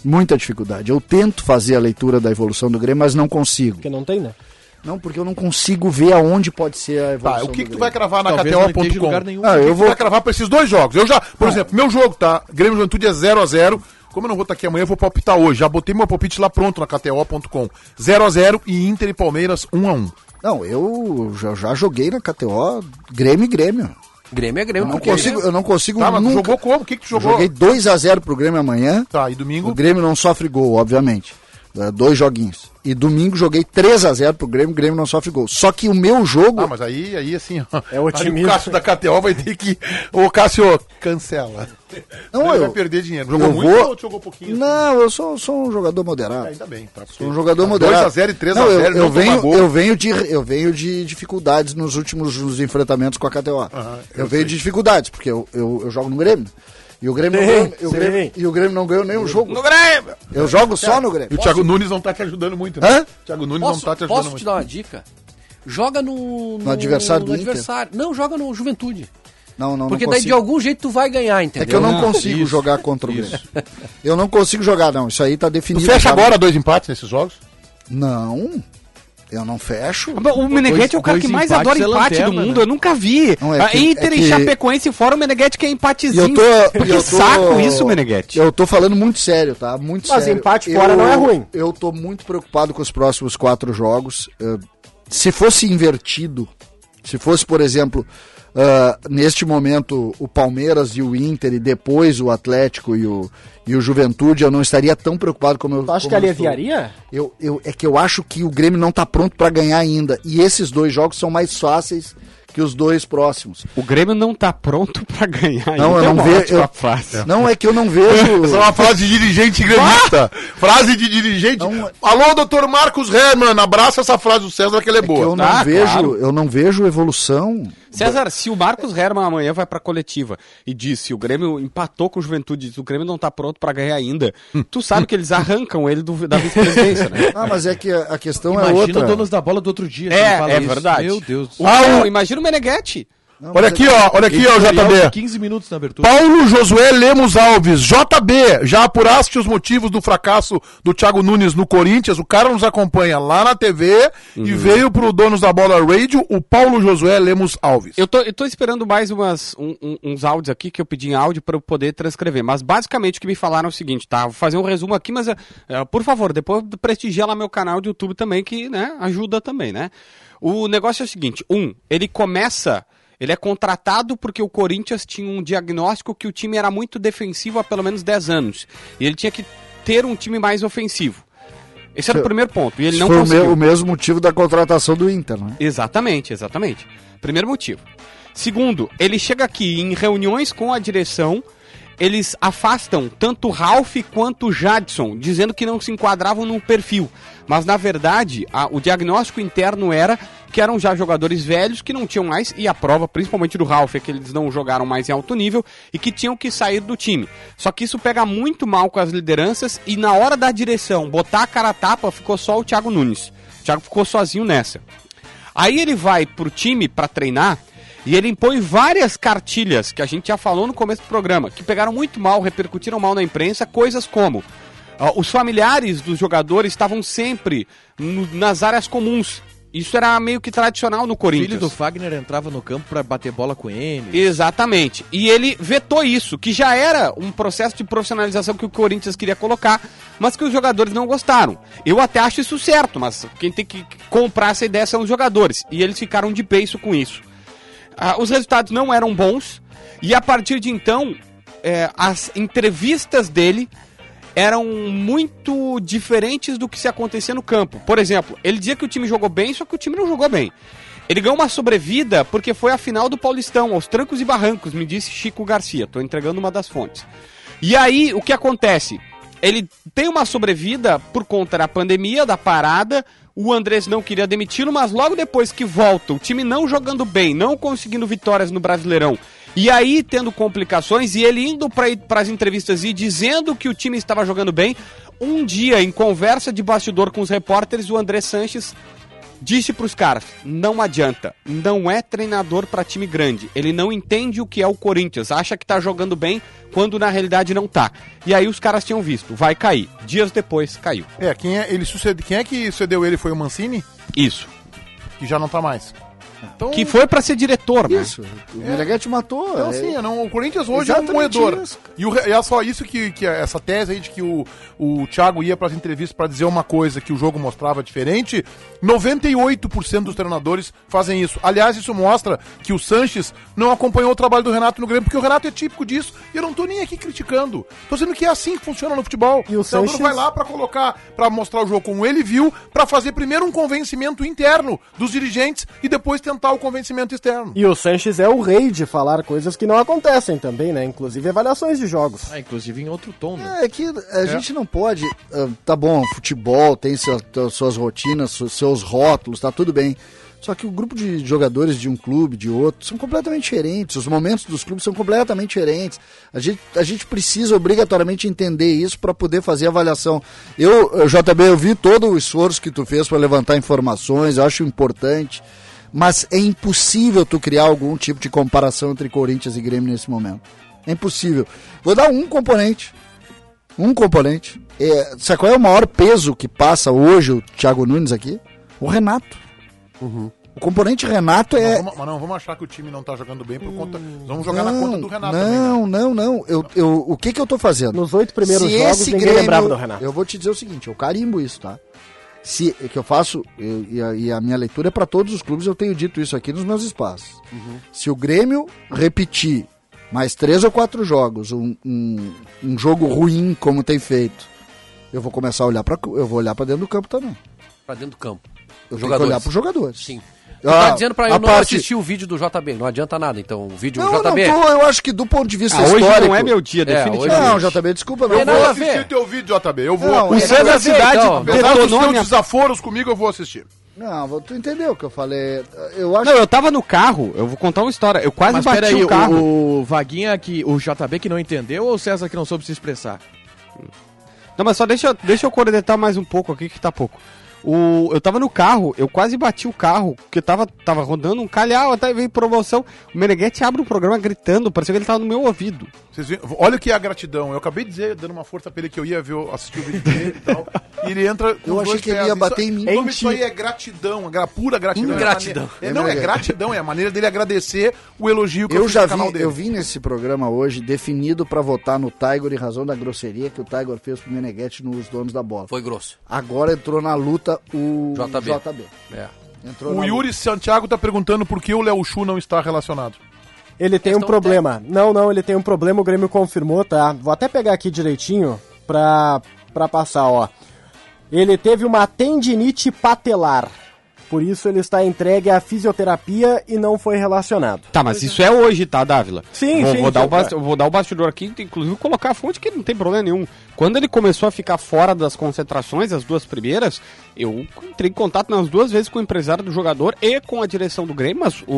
Muita dificuldade. Eu tento fazer a leitura da evolução do Grêmio, mas não consigo.
Porque não tem, né?
Não, porque eu não consigo ver aonde pode ser a evolução.
Tá, o que,
do
que tu
Grêmio.
vai cravar na
Talvez não esteja em
KTO.com?
lugar nenhum.
Ah, eu
eu
vou.
vou cravar pra esses dois jogos. Eu já, por exemplo, meu jogo, tá? Grêmio e Juventude é 0x0. Como eu não vou estar aqui amanhã, eu vou palpitar hoje. Já botei meu palpite lá pronto na KTO.com. 0x0 e Inter e Palmeiras 1x1.
Não, eu já, já joguei na KTO Grêmio e Grêmio.
Grêmio é Grêmio,
Eu não
porque-
consigo, eu não consigo
Tá, mas tu
nunca.
jogou como? O que, que tu
Eu
jogou?
Joguei 2 a 0 pro Grêmio amanhã.
Tá, e
O
domingo?
Grêmio não sofre gol, obviamente. né, dois joguinhos. E domingo joguei 3 a 0 pro Grêmio, o Grêmio não sofre gol. Só que o meu jogo.
Ah, mas aí, aí assim, ó.
É otimismo.
aí o Cássio da KTO vai ter que. Ô, Cássio, cancela.
Não,
Ele
eu-
vai perder dinheiro. Jogou
eu
muito
vou- Hum.
ou jogou pouquinho?
Não, eu sou, sou um jogador moderado.
Ainda bem, tá?
Sou um jogador moderado.
2x0 e 3x0,
Não, eu,
não
eu
toma
venho,
gol.
eu venho de eu venho de dificuldades nos últimos nos enfrentamentos com a KTO. eu, venho de dificuldades, porque eu, eu, eu jogo no Grêmio. E o Grêmio, não ganhou, e o Grêmio, e o Grêmio não ganhou nenhum jogo. No Grêmio! Eu jogo só no
E o
Grêmio.
Thiago Nunes não tá te ajudando muito, né?
Hã?
Thiago Nunes
Posso,
não tá te ajudando
posso
muito.
te dar uma dica? Joga no.
adversário do
no
Inter?
adversário. Não, joga no Juventude.
Não, não,
Porque
não
daí de
consigo.
algum jeito tu vai ganhar, entendeu?
É que eu não
Ah,
consigo jogar contra o Grêmio. Eu não consigo jogar, não. Isso aí tá
Tu
definido.
fecha
já.
agora dois empates nesses jogos?
Não. Eu não fecho.
O Meneghetti é o cara
dois
que mais
empates
adora
é
empate
lanterna,
do mundo.
né?
Eu nunca vi.
Não, é
A
que-
Inter
é
e
que-
Chapecoense fora, o Meneghetti quer
E eu
empatezinho.
tô,
Porque
e eu tô-
saco isso, Meneghetti.
Eu tô falando muito sério, tá? Muito
Mas
sério.
empate
Eu-
fora não é ruim.
Eu tô muito preocupado com os próximos quatro jogos. Eh, Se fosse invertido, se fosse, por exemplo, ah, neste momento o Palmeiras e o Inter e depois o Atlético e o, e o Juventude, eu não estaria tão preocupado como eu
Tu acha
como
que
eu estou.
aliviaria?
Eu, eu- é que eu acho que o Grêmio não tá pronto pra ganhar ainda. E esses dois jogos são mais fáceis que os dois próximos.
O Grêmio não tá pronto pra ganhar.
Não, eu
ainda. É uma
não vejo.
ótima
eu-
frase.
Não, é que eu não vejo.
Essa é uma frase de dirigente gremista. Frase de dirigente.
Não-
Alô, doutor Marcos Herman, abraça essa frase do César que ela é
que eu
boa.
não
Tá,
vejo,
claro.
eu não vejo evolução.
César, se o Marcos Herman amanhã vai pra coletiva e diz se o Grêmio empatou com o Juventude, diz o Grêmio não tá pronto pra ganhar ainda, tu sabe que eles arrancam ele do- da vice-presidência, né?
Ah, mas é que a, a questão é
Imagina
outra.
o donos da bola do outro dia.
É,
que fala
é
isso.
verdade.
Meu Deus do
Um
céu.
O, não, Ah, imagina o Meneghetti.
Não, mas
Olha
é-
aqui, ó. Olha aqui, ó,
Editorial de
JB.
15 minutos na abertura.
Paulo Josué Lemos Alves, JB, já apuraste os motivos do fracasso do Thiago Nunes no Corinthians? O cara nos acompanha lá na TV e veio pro Donos da Bola Radio, o Paulo Josué Lemos Alves.
Eu tô, eu tô esperando mais umas, um- um- uns áudios aqui que eu pedi em áudio pra eu poder transcrever. Mas basicamente o que me falaram é o seguinte, tá? Vou fazer um resumo aqui, mas eh, eh, por favor, depois prestigia lá meu canal do YouTube também, que né, ajuda também, né? O negócio é o seguinte: um, ele começa. Ele é contratado porque o Corinthians tinha um diagnóstico que o time era muito defensivo há pelo menos 10 anos. E ele tinha que ter um time mais ofensivo. Esse era o primeiro ponto. E ele
Isso
não
é foi o,
conseguiu.
meu- o mesmo motivo da contratação do Inter, né?
Exatamente, exatamente. Primeiro motivo. Segundo, ele chega aqui em reuniões com a direção, eles afastam tanto o Ralph quanto o Jadson, dizendo que não se enquadravam num perfil. Mas na verdade, a- o diagnóstico interno era que eram já jogadores velhos que não tinham mais, e a prova, principalmente do Ralph, é que eles não jogaram mais em alto nível e que tinham que sair do time. Só que isso pega muito mal com as lideranças e na hora da direção botar a cara a tapa, ficou só o Thiago Nunes. O Thiago ficou sozinho nessa. Aí ele vai pro time pra treinar e ele impõe várias cartilhas que a gente já falou no começo do programa, que pegaram muito mal, repercutiram mal na imprensa, coisas como ah, os familiares dos jogadores estavam sempre no- nas áreas comuns. Isso era meio que tradicional no
O
Corinthians.
filho do Fagner entrava no campo pra bater bola com ele.
Exatamente. E ele vetou isso, que já era um processo de profissionalização que o Corinthians queria colocar, mas que os jogadores não gostaram. Eu até acho isso certo, mas quem tem que comprar essa ideia são os jogadores. E eles ficaram de beiço com isso. Ah, os resultados não eram bons, e a partir de então, é, as entrevistas dele eram muito diferentes do que se acontecia no campo. Por exemplo, ele dizia que o time jogou bem, só que o time não jogou bem. Ele ganhou uma sobrevida porque foi a final do Paulistão, aos trancos e barrancos, me disse Chico Garcia. Tô entregando uma das fontes. E aí, o que acontece? Ele tem uma sobrevida por conta da pandemia, da parada. O Andrés não queria demiti-lo, mas logo depois que volta, o time não jogando bem, não conseguindo vitórias no Brasileirão, e aí tendo complicações, e ele indo para as entrevistas e dizendo que o time estava jogando bem. Um dia, em conversa de bastidor com os repórteres, o André Sanches disse pros caras: não adianta, não é treinador pra time grande. Ele não entende o que é o Corinthians, acha que tá jogando bem quando na realidade não tá. E aí os caras tinham visto, vai cair. Dias depois caiu.
É, quem é, ele sucede, quem é que sucedeu ele foi o Mancini,
Isso.
que já não tá mais. Então,
Que foi pra ser diretor, né?
Isso. O Meneghetti matou.
Então,
é-
assim, eu não- o Corinthians hoje é um
Exatamente
moedor.
isso,
E, o re- e é só isso que, que é essa tese aí de que o, o Thiago ia para as entrevistas para dizer uma coisa que o jogo mostrava diferente. 98% dos treinadores fazem isso. Aliás, isso mostra que o Sanches não acompanhou o trabalho do Renato no Grêmio, porque o Renato é típico disso. E eu não tô nem aqui criticando. Tô dizendo que é assim que funciona no futebol.
E o
treinador
Sanches-
vai lá para colocar, para mostrar o jogo como ele viu, para fazer primeiro um convencimento interno dos dirigentes e depois tentar o convencimento externo.
E o Sanches é o rei de falar coisas que não acontecem também, né? Inclusive avaliações de jogos.
Ah, inclusive em outro tom, né?
É que a gente não pode. ah, Tá bom, futebol tem sua- tu- suas rotinas, su- seus rótulos, tá tudo bem. Só que o grupo de jogadores de um clube, de outro, são completamente diferentes. Os momentos dos clubes são completamente diferentes. A gente, a gente precisa obrigatoriamente entender isso para poder fazer avaliação. Eu, eh, JB, eu vi todo o esforço que tu fez para levantar informações, eu acho importante. Mas é impossível tu criar algum tipo de comparação entre Corinthians e Grêmio nesse momento. É impossível. Vou dar um componente. Um componente. É, sabe qual é o maior peso que passa hoje o Thiago Nunes aqui? O Renato. O componente Renato
Mas
é.
vamos- mas não, vamos achar que o time não tá jogando bem por conta. Vamos jogar
não,
na conta do Renato também, né?
não, não, não. Eu, eu, o que, que eu tô fazendo?
Nos oito primeiros
Se
jogos,
esse
ninguém
Grêmio-
lembrava do Renato.
Eu vou te dizer o seguinte, eu carimbo isso, tá? Se, é que eu faço, eu- e, a, e a minha leitura é para todos os clubes, eu tenho dito isso aqui nos meus espaços.
Uhum.
Se o Grêmio repetir mais três ou quatro jogos, um, um, um jogo ruim como tem feito, eu vou começar a olhar para eu vou olhar para dentro do campo também.
Pra dentro do campo.
Eu tenho que
Jogadores.
olhar para os jogadores.
Sim.
Ah,
tá dizendo pra eu
a
não
parte-
assistir o vídeo do JB, não adianta nada. Então, o vídeo
Não,
do
eu não tô,
JB.
eu acho que do ponto de vista
Ah, hoje
histórico.
não é meu dia,
É,
definitivamente.
hoje-
Não, JB, desculpa, não
Tem
Eu
nada
vou
a
assistir
ver.
teu vídeo, JB. Eu vou.
Não,
O
é-
O Sandra Cidade
Então,
Apesar dos
detonou a
seus
minha...
desaforos comigo, eu vou assistir.
Não, vou- tu entendeu o que eu falei. Eu acho
Não, eu tava no carro, eu vou contar uma história. Eu
É,
quase
Mas
bati
peraí,
o carro.
o, o Vaguinha que. O JB que não entendeu ou o César que não soube se expressar?
Não, mas só deixa, eu- deixa eu cornetar mais um pouco aqui, que tá pouco. O, eu tava no carro, eu quase bati o carro, porque tava, tava rodando um calhau, até veio promoção. O Meneghetti abre o programa gritando, parecia que ele tava no meu ouvido.
Vocês viram? Olha o que é a gratidão. Eu acabei de dizer, dando uma força pra ele, que eu ia ver, o- assistir o vídeo dele e tal. E ele entra. com
Eu
os
achei
dois
que ele
pés. assim,
ia
Isso-
bater em mim.
o nome disso aí é gratidão, é pura gratidão.
Ingratidão.
É a maneira- é, não, é gratidão, é a maneira dele agradecer o elogio que
Eu
fiz
já
no
vi,
canal dele.
eu vi nesse programa hoje definido pra votar no Tiger em razão da grosseria que o Tiger fez pro Meneghetti nos donos da bola.
Foi grosso.
Agora entrou na luta o
JB.
JB.
É.
Entrou
O
na luta.
Yuri Santiago tá perguntando por que o Léo Chu não está relacionado.
Ele tem um problema. Não, não, ele tem um problema, o Grêmio confirmou, tá? Vou até pegar aqui direitinho pra, pra passar, ó. Ele teve uma tendinite patelar. Por isso ele está entregue à fisioterapia e não foi relacionado.
Tá, mas isso é hoje, tá, Dávila?
Sim,
vou,
sim,
Vou dar,
sim,
o bas-
tá.
eu vou dar o bastidor aqui, inclusive colocar a fonte que não tem problema nenhum. Quando ele começou a ficar fora das concentrações, as duas primeiras, eu entrei em contato nas duas vezes com o empresário do jogador e com a direção do Grêmio, mas o,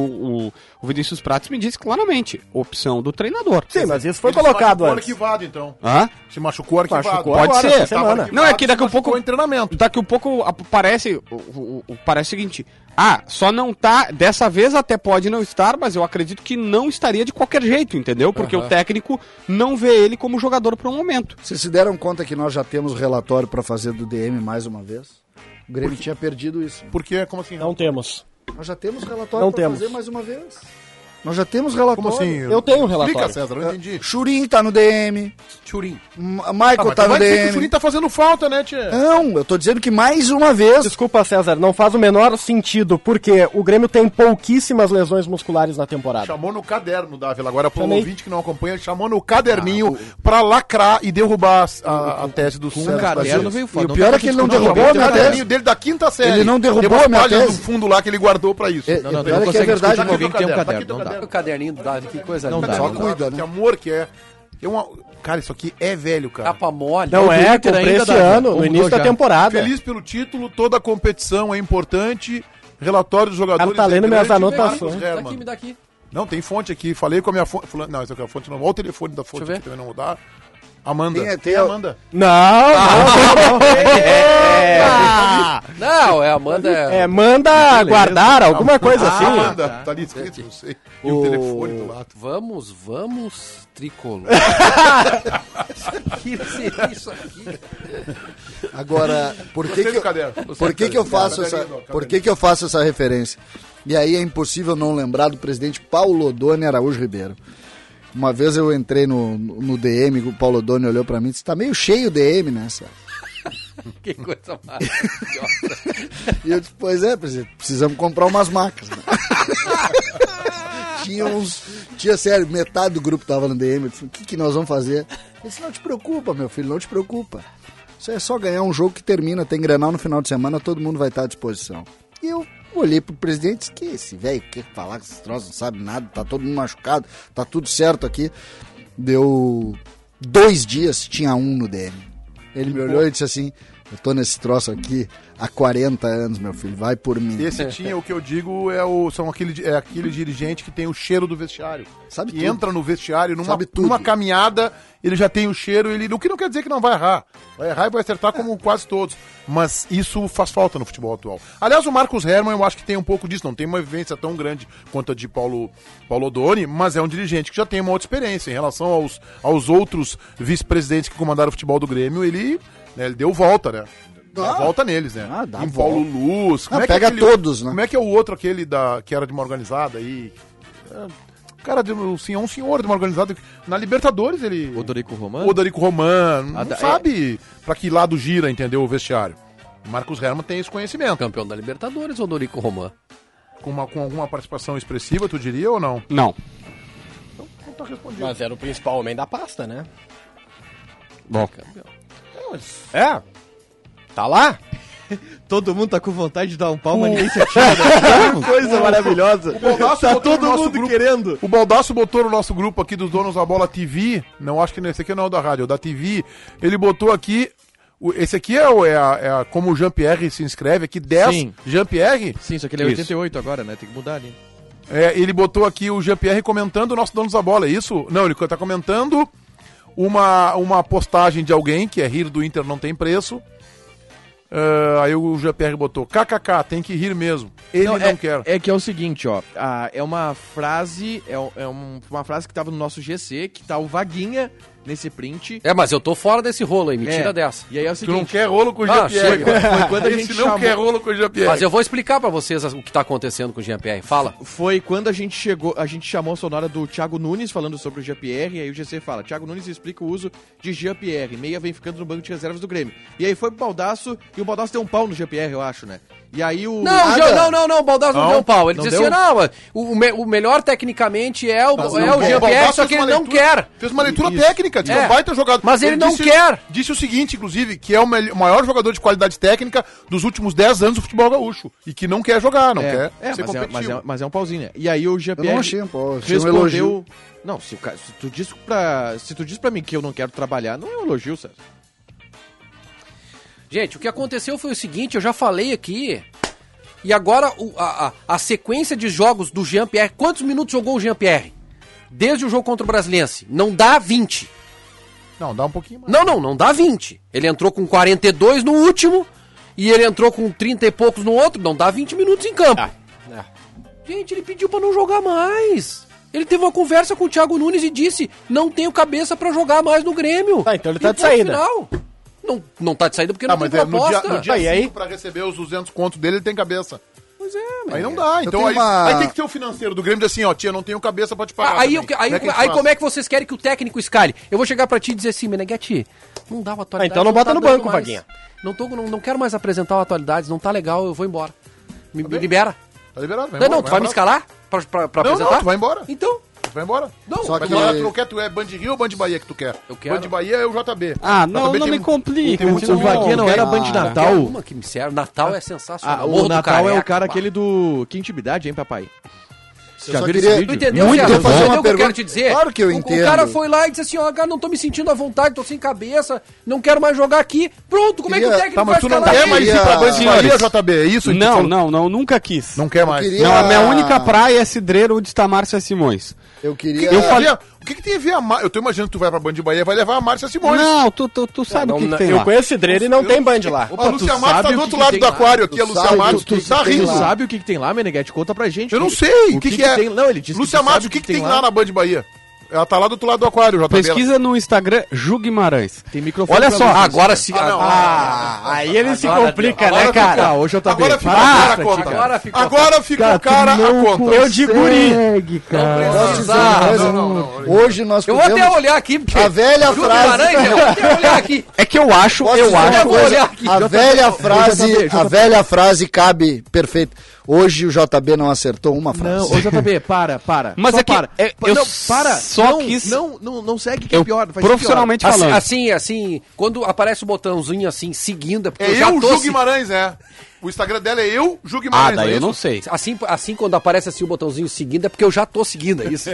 o, o Vinícius Prates me disse claramente, opção do treinador.
Sim, mas isso foi
Ele se
colocado
machucou
antes.
arquivado, então.
Hã?
Se machucou arquivado.
Machucou
Pode
agora,
ser.
essa semana.
Não, é que daqui a pouco-
em treinamento.
Daqui a pouco ap- parece o, o- o- parece o seguinte. Ah, só não tá. Dessa vez até pode não estar, mas eu acredito que não estaria de qualquer jeito, entendeu? Porque o técnico não vê ele como jogador para o momento.
Vocês se deram conta que nós já temos relatório pra fazer do DM mais uma vez? O Grêmio tinha perdido isso.
Porque, como assim?
Não temos.
Nós já temos relatório
Não
pra
temos.
fazer mais uma vez. Nós já temos relatório.
Como assim?
Eu tenho um
Explica,
relatório.
César, eu não entendi. Ah,
Churin tá no DM,
Turim.
M- Michael
mas tu
tá no
vai dizer que o
DM.
Churinho tá fazendo falta, né, tia?
Não, eu tô dizendo que mais uma vez
Desculpa, César, não faz o menor sentido, porque o Grêmio tem pouquíssimas lesões musculares na temporada.
Chamou no caderno, Dávila. Agora, pro
Chamei.
ouvinte que não acompanha, ele chamou no
Ah,
caderninho pra lacrar e derrubar as- a, a tese do Santos. Brasil.
caderno veio
E
foda.
o pior é que ele não
Não,
derrubou
chamou
a
o
minha
caderninho
tese.
dele da quinta série.
Ele não derrubou
Tem umas
a minha
palhas
tese.
do fundo lá que ele guardou pra isso.
É,
Não, não,
é
não,
pior
não
é que é
consegue
verdade,
discutir com
meu
alguém que tem um
Tá aqui teu
caderno. Não
caderno.
dá.
O caderninho do Davi, que coisa
Não
linda.
dá.
Caderno do
Só cuida,
Dávila,
né?
Que amor que é. Tem uma... Cara, isso aqui é velho, cara.
Capa mole.
Não
Eu
é,
do Inter
comprei
ainda,
esse
Davi.
ano,
Ou
no
mudou
início da
já?
temporada.
Tá Feliz pelo título, toda a competição é importante. Relatório dos jogadores.
tá
é
lendo minhas
grande. Marcos
anotações.
Me dá
Herman.
aqui, me dá aqui.
Não, tem fonte aqui. Falei com a minha fonte. fulano- Não, isso aqui é a fonte normal. Olha o telefone da fonte
Deixa eu
aqui também não mudar. Amanda.
Tem- é tem
a
a-
Amanda.
Não,
Não, é a Amanda.
é,
É...
manda guardar alguma coisa assim.
Amanda. Tá ali escrito, não sei. E o telefone do lado.
Vamos, vamos, tricolor. que seria isso aqui?
Agora, por que
Gostei
que
do
eu,
caderno. Gostei
por
do
que que eu
caderno.
faço
Caderninho,
essa,
não,
por que que eu faço essa referência? E aí é impossível não lembrar do presidente Paulo Odone Araújo Ribeiro. Uma vez eu entrei no, no DM, o Paulo Odone olhou pra mim e disse: tá meio cheio o DM, né, Sérgio?
Que coisa maravilhosa.
E eu disse, pois é, presidente, precisamos comprar umas macas. né? tinha uns. Tinha sério, metade do grupo tava no DM. Eu disse, o que, que nós vamos fazer? Ele disse, não te preocupa, meu filho, não te preocupa. Isso é só ganhar um jogo que termina, tem Grenal no final de semana, todo mundo vai estar à disposição. E eu olhei pro presidente e disse, que é esse velho quer falar que esse troço não sabe nada, tá todo mundo machucado, tá tudo certo aqui. Deu dois dias, tinha um no DM. Ele me olhou e disse assim: Eu tô nesse troço aqui há 40 anos, meu filho, vai por mim.
Esse tinha, o que eu digo, é o, são aquele, é aquele dirigente que tem o cheiro do vestiário.
Sabe
que
tudo.
entra no vestiário, numa,
Sabe tudo.
numa caminhada, ele já tem o cheiro, ele, o que não quer dizer que não vai errar. Vai errar e vai acertar como quase todos. Mas isso faz falta no futebol atual. Aliás, o Marcos Herman, eu acho que tem um pouco disso, não tem uma vivência tão grande quanto a de Paulo, Paulo Odoni, mas é um dirigente que já tem uma outra experiência em relação aos, aos outros vice-presidentes que comandaram o futebol do Grêmio, ele, né, ele deu volta, né? Dá volta neles, né?
Ah, dá
em Paulo Luz,
Ah, pega
aquele-
todos, né?
Como é que é o outro aquele da, que era de uma organizada aí? É, o cara de um senhor, um senhor de uma organizada. que- Na Libertadores ele.
Odorico Romano?
Odorico Romano. Não
da-
sabe pra que lado gira, entendeu? O vestiário. O Marcos Herman tem esse conhecimento.
Campeão da Libertadores, Odorico Román.
Com, uma, com alguma participação expressiva, tu diria ou não?
Não.
Não tá respondido.
Mas era o principal homem da pasta, né?
Bom.
É. Tá lá?
Todo mundo tá com vontade de dar um pau na iniciativa. né? Que coisa maravilhosa.
Baldasso
Tá
botou no
todo
nosso
mundo
grupo.
querendo.
O Baldasso botou no nosso grupo aqui dos donos da bola TV. Não, acho que não, esse aqui não é o da rádio, é o da TV. Ele botou aqui. o- Esse aqui é, o- é a, é a- como o Jean-Pierre se inscreve aqui, 10
Sim.
Jean-Pierre.
Sim, isso aqui ele é
Isso.
88 agora, né? Tem que mudar ali.
É, ele botou aqui o Jean-Pierre comentando o nosso dono da bola, é isso? Não, ele tá comentando uma, uma postagem de alguém que é rir do Inter não tem preço. Ah, aí o Jean-Pierre botou: KKK, tem que rir mesmo. Ele não,
é,
quer.
É que é o seguinte, ó. ah, é uma frase, é, um- é um- uma frase que tava no nosso GC, que tá o Vaguinha nesse print.
É, mas eu tô fora desse rolo aí, me tira
É,
dessa.
E aí é o
Tu não
seguinte.
quer rolo com o
Ah,
Jean-Pierre.
chega.
Foi quando a
Esse
gente
não
chamou-
quer rolo com o Jean-Pierre.
Mas eu vou explicar pra vocês as- o que tá acontecendo com o Jean-Pierre. Fala.
Foi quando a gente chegou, a gente chamou a sonora do Thiago Nunes falando sobre o GPR, e aí o GC fala: Thiago Nunes explica o uso de GPR, meia vem ficando no banco de reservas do Grêmio. E aí foi pro Baldaço, e o Baldaço deu um pau no GPR, eu acho, né? E aí o.
Não, Jean- não, não, não, o Baldasso não,
Não,
deu pau. Ele
não
disse
deu?
assim, não, mas o, me- o melhor tecnicamente é o,
um
é o Jean-Pierre,
Baldasso
só que
fez
ele
uma
não
leitura-
quer.
Fez uma leitura
Isso.
técnica, disse,
É.
não vai ter jogado.
Mas ele não
disse-
quer.
Disse o seguinte, inclusive, que é o mel- maior jogador de qualidade técnica dos últimos 10 anos do futebol gaúcho. E que não quer jogar, não
É,
quer
é,
ser
mas, é,
competitivo.
mas, é, mas é um pauzinho, né? E aí o GPR.
Eu não achei um pau, achei um
respondeu.
elogio.
Não, se, o ca- se tu diz pra. Se tu diz pra mim que eu não quero trabalhar, não é um elogio, César.
Gente, o que aconteceu foi o seguinte, eu já falei aqui. E agora o- a, a- a sequência de jogos do Jean-Pierre. Quantos minutos jogou o Jean-Pierre? Desde o jogo contra o Brasiliense. Não dá 20.
Não, dá um pouquinho mais.
Não, não, não dá 20. Ele entrou com 42 no último e ele entrou com 30 e poucos no outro. Não dá 20 minutos em campo. Gente, ele pediu pra não jogar mais. Ele teve uma conversa com o Thiago Nunes e disse: não tenho cabeça pra jogar mais no Grêmio.
Tá, então ele
E
tá de
ponto
saída.
final. Não, não tá de saída porque
Tá,
não
mas
tem
é, no
proposta.
dia, no dia
Aí, aí?
cinco pra receber os 200 contos dele, ele tem cabeça.
Pois é,
Aí
mas-
não dá, então
tenho
aí,
uma-
aí tem que ter o financeiro do Grêmio diz assim, ó, tia, não tenho cabeça pra te
Ah,
pagar.
aí, eu
também.
que- aí,
Como é que a gente
aí
faz?
como é que vocês querem que o técnico escale? Eu vou chegar pra ti e dizer assim, Meneghetti, não dá o atualidade.
Ah, então não bota no
dando
banco, Vaguinha.
Não, tô, não, não quero mais apresentar o atualidades, não tá legal, eu vou embora. Me, me libera.
Tá liberado, vai
Não,
embora,
não, tu vai me
embora.
escalar pra, pra, pra
Não,
apresentar?
não, tu vai embora.
Então,
Tu vai embora.
Não,
Só
Só
mas
que-
na hora que tu não quer, tu é Band Rio ou Band Bahia que tu quer?
Eu quero.
Band Bahia é o JB.
Ah, não,
JB
não
tem
me
um-
complica.
tem um-
Não,
O Vaguinha não era
cara.
Band
quer
Natal.
uma que me serve. Natal é sensacional.
Ah, o
Morro do
Natal é
Careca,
o cara
pá.
aquele do. Que intimidade, hein, papai?
Eu
Já
só queria-
viram esse
Tu
vídeo?
entendeu,
Muito
Thiago?
bom.
Tu
Fazer
entendeu
uma
o que eu quero
pergunta-
te dizer?
Claro que eu
O- O
entendo.
cara foi lá e disse assim, ó, cara, não tô me sentindo à vontade, tô sem cabeça, não quero mais jogar aqui. Pronto, como é que o
Queria-
técnico
Tá, mas
vai
tu não
escalar
quer
ele?
mais ir
Queria-
pra Band Bahia,
Senhores.
JB, é isso? que tu
não,
falou?
não, não, nunca quis.
Não quer mais.
queria-
Não, a minha única praia é Cidreiro onde está Márcia Simões.
Eu
O que
queria.
que tem a ver- O que, que tem a ver a Mar... Eu tô imaginando que tu vai pra Band Bahia vai levar a Márcia Simões.
Não, tu, tu, tu sabe o que, que tem
eu
lá.
conheço Cidreiro e não tem band lá.
Ó, a Lúcia
tu
Matos
sabe
tá
o
do
que
outro
que
lado
tem
do
lá?
aquário aqui, a
Tu
Lúcia
sabe
Matos.
o que
Tu
que
tá
tem
Tu
rindo.
lá?
sabe o que, que tem lá, Meneghete? Conta pra gente.
Eu não
Que-
sei. O que,
que
é?
tem- não, ele disse que
Lúcia
sabe
Matos,
o
o que, que tem lá na Band Bahia? Ela tá lá do outro lado do aquário, JB.
Pesquisa no Instagram Ju Guimarães.
Tem microfone.
Olha
pra
só,
vocês.
agora sim.
Ah, não.
Ah, aí ele se complica, né,
Agora
cara?
Ah, hoje eu tô
Agora
bem.
ficou
Ah,
cara a conta. Agora ficou, cara a conta.
Eu de guri.
Posso dizer uma
Ah,
coisa? Hoje nós
Eu vou
podemos-
até olhar aqui, porque.
A velha
Júlio
frase-
Guimarães, eu vou até olhar aqui.
É que eu acho,
Posso
eu
dizer uma
acho.
vou
coisa?
olhar aqui.
A
JB,
velha frase,
JB.
a velha frase cabe perfeito. Hoje o JB não acertou uma
Não,
frase.
ô JB, para, para.
Mas
Só
é que
para.
é-
Pa-
eu
não, para.
só
não,
quis-
não, não, não segue que é
Eu,
pior. vai ser pior.
profissionalmente
Assim,
falando.
assim, assim, quando aparece o botãozinho assim, seguindo, é porque
É
eu já
eu,
tô
Ju
se-
Guimarães, é. O Instagram dela é eu, Ju
Ah,
Guimarães.
daí
é
eu
isso?
não sei.
assim, assim, quando aparece assim o botãozinho seguindo, é porque eu já tô seguindo, é isso.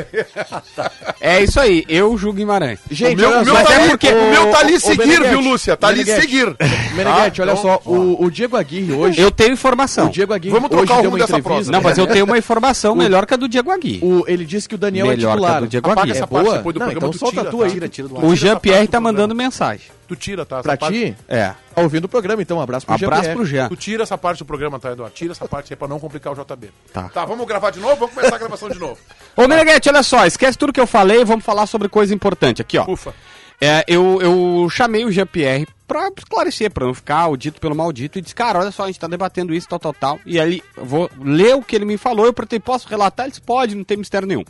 É isso aí, eu Ju Guimarães.
O meu,
olha
o meu
só.
tá
Mas
ali,
é porque-
o meu tá ali
ô, ô,
seguir,
Meneghete,
viu, Lúcia? Tá ali
Meneghete,
seguir.
Meneghete,
Tá?
olha
Então,
só, o, o Diego Aguirre hoje.
Eu tenho informação.
O Diego Aguirre
Vamos trocar
hoje
o
deu
rumo
uma
dessa
entrevista.
prosa.
Não, mas eu tenho uma informação melhor que a do Diego Aguirre.
O- ele disse que o Daniel
Melhor
é
que
titular.
a do Diego
Apaga
Aguirre.
essa
Essa
boa?
parte depois do
não,
programa
então
tu
solta
tira,
a tua aí.
tira, tira do ar.
O
Tira essa
Jean-Pierre
parte do
tá
programa.
mandando mensagem.
Tu tira, tá? Essa
Pra
parte-
ti,
É.
tá ouvindo o programa, então. Um abraço pro
Abraço
JB.
pro Jean.
Tu tira essa parte do programa, tá, Eduardo? Tira essa parte aí pra não complicar o JB.
Tá.
vamos gravar de novo? Vamos começar a gravação de novo.
Ô, Meneghete, olha só, esquece tudo que eu falei e vamos falar sobre coisa importante aqui, ó.
Ufa.
É, eu, eu chamei o Jean-Pierre pra esclarecer, pra não ficar o dito pelo maldito, e disse, cara, olha só, a gente tá debatendo isso, tal, tal, tal. E aí, eu vou ler o que ele me falou, eu perguntei, posso relatar? Ele disse, pode, não tem mistério nenhum.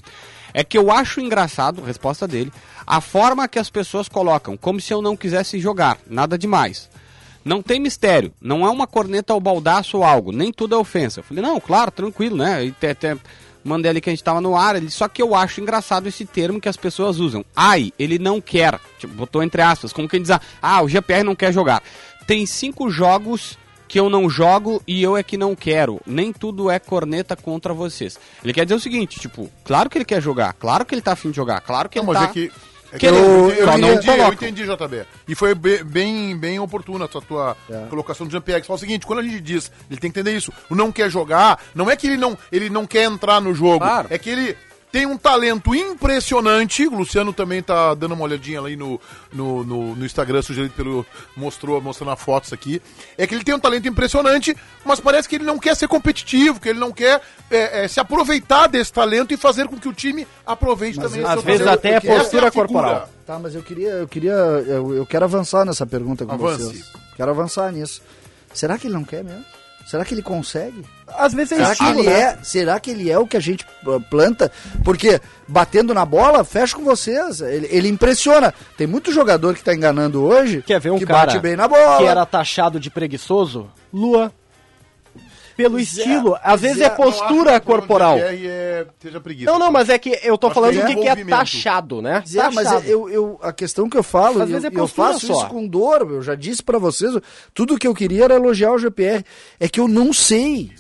É que eu acho engraçado, resposta dele, a forma que as pessoas colocam, como se eu não quisesse jogar, nada demais. Não tem mistério, não é uma corneta ao baldaço ou algo, nem tudo é ofensa. Eu falei, não, claro, tranquilo, né? E até, até mandei ali que a gente tava no ar, ele, só que eu acho engraçado esse termo que as pessoas usam. Ai, ele não quer. Tipo, botou entre aspas, como quem diz, ah, o GPR não quer jogar. Tem cinco jogos que eu não jogo e eu é que não quero. Nem tudo é corneta contra vocês. Ele quer dizer o seguinte, tipo, claro que ele quer jogar, claro que ele tá afim de jogar, claro que
Não,
ele
mas
tá...
é que. É que
Querendo,
eu, eu,
só não
entendi, eu
coloca.
entendi, JB. E foi be- bem, bem oportuna a tua, tua
É.
colocação do Jean-Pierre. Só o seguinte, quando a gente diz, ele tem que entender isso, o não quer jogar, não é que ele não, ele não quer entrar no jogo,
Claro.
é que ele tem um talento impressionante, o Luciano também tá dando uma olhadinha ali no, no, no, no Instagram, sugerido pelo... mostrou, mostrando a fotos aqui, é que ele tem um talento impressionante, mas parece que ele não quer ser competitivo, que ele não quer é, é, se aproveitar desse talento e fazer com que o time aproveite também. esse
às
seu
vezes
talento.
até é
Essa a
postura
figura.
corporal. Tá, mas eu queria, eu queria, eu, eu quero avançar nessa pergunta com
Avance.
vocês. Quero avançar nisso. Será que ele não quer mesmo? Será que ele consegue?
Às vezes é
Será que,
estilo,
ele
né?
é, será que ele é o que a gente uh, planta? Porque batendo na bola, fecha com vocês. Ele, ele impressiona. Tem muito jogador que tá enganando hoje
Quer ver um
é que
cara
bate bem na bola.
que era taxado de preguiçoso? Lua. Pelo estilo, às vezes é,
Zé,
Não acho que o
postura
problema do
corporal.
Pierre é- seja preguiça.
Não, não, mas é que eu tô
Acho
falando
que é
de que é
envolvimento.
taxado, né?
Zé, Tá, mas é, eu, eu- a questão que eu falo, eu,
Às vezes é
eu
postura
faço
só.
isso com dor, eu já disse pra vocês, tudo que eu queria era elogiar o GPR, é que eu não sei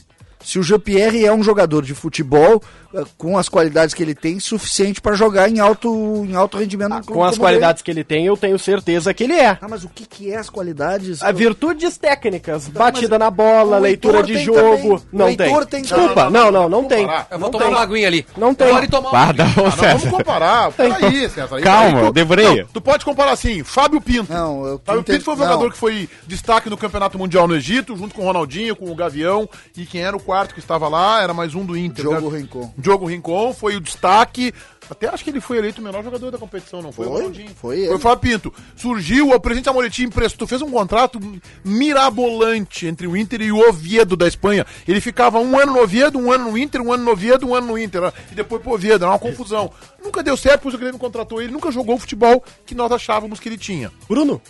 se o GPR é um jogador de futebol eh, com as qualidades que ele tem suficiente pra jogar em alto, em alto rendimento. no clube
Ah, Com as
como ele.
qualidades que ele tem, eu tenho certeza que ele é.
Ah, mas o que que é as qualidades?
A virtudes técnicas, batida na bola,
o
leitura
Heitor
de
tem
jogo.
também.
Não
O Heitor
tem.
tem
Desculpa,
também.
não, não, não tem.
parar.
Eu vou
Não
tomar
tem.
uma aguinha ali.
Não tem.
Pode tomar uma
Guarda, ô
Ah, não,
César.
vamos comparar.
Então,
Peraí, César. aí-
Calma,
aí tu-
Devreia.
Não, Tu pode comparar assim, Fábio Pinto.
Não, eu tô
Fábio Pinto
entendendo-
foi um jogador
não.
que foi destaque no Campeonato Mundial no Egito, junto com o Ronaldinho, com o Gavião. E quem era o quarto que estava lá era mais um do Inter.
Diogo
né?
Rincon.
Diogo Rincon foi o destaque. Até acho que ele foi eleito o melhor jogador da competição, não foi?
Foi,
o Ronaldinho.
foi ele.
Foi o Fábio Pinto. Surgiu, o presidente Amoretti emprestou, fez um contrato mirabolante entre o Inter e o Oviedo da Espanha. Ele ficava um ano no Oviedo, um ano no Inter, um ano no Oviedo, um ano no Inter. E depois pro Oviedo, era uma confusão. Nunca deu certo, pois o Grêmio contratou ele, nunca jogou o futebol que nós achávamos que ele tinha.
Bruno,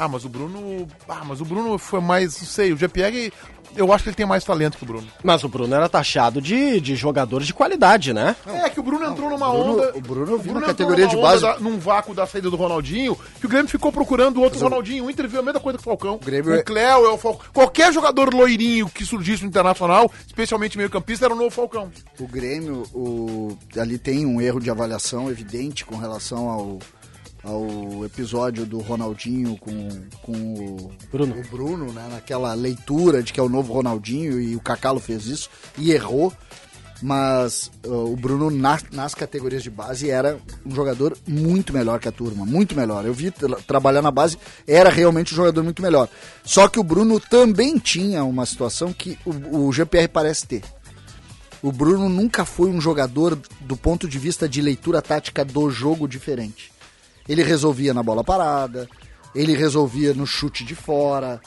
Ah, mas o Bruno. Ah, mas o Bruno foi mais. Não sei, o GPEG, eu acho que ele tem mais talento que o Bruno.
mas o Bruno era taxado de, de jogador de qualidade, né?
é que o Bruno entrou numa
Bruno-
onda.
o Bruno eu vi na
entrou
categoria
numa
de
onda
base.
da- num vácuo da saída do Ronaldinho, que o Grêmio ficou procurando outro Ronaldinho. O Inter viu a mesma coisa que o Falcão. O,
Grêmio é-
Cléo é o Falcão. Qualquer jogador loirinho que surgisse no Internacional, especialmente meio-campista, era o novo Falcão.
O Grêmio, o- ali tem um erro de avaliação evidente com relação ao, ao episódio do Ronaldinho com, com o
Bruno.
o Bruno, né? Naquela leitura de que é o novo Ronaldinho e o Cacalo fez isso e errou. Mas uh, o Bruno, na- nas categorias de base, era um jogador muito melhor que a turma, muito melhor. Eu vi tra- trabalhar na base, era realmente um jogador muito melhor. Só que o Bruno também tinha uma situação que o, o GPR parece ter O Bruno nunca foi um jogador do ponto de vista de leitura tática do jogo diferente. Ele resolvia na bola parada, ele resolvia no chute de fora.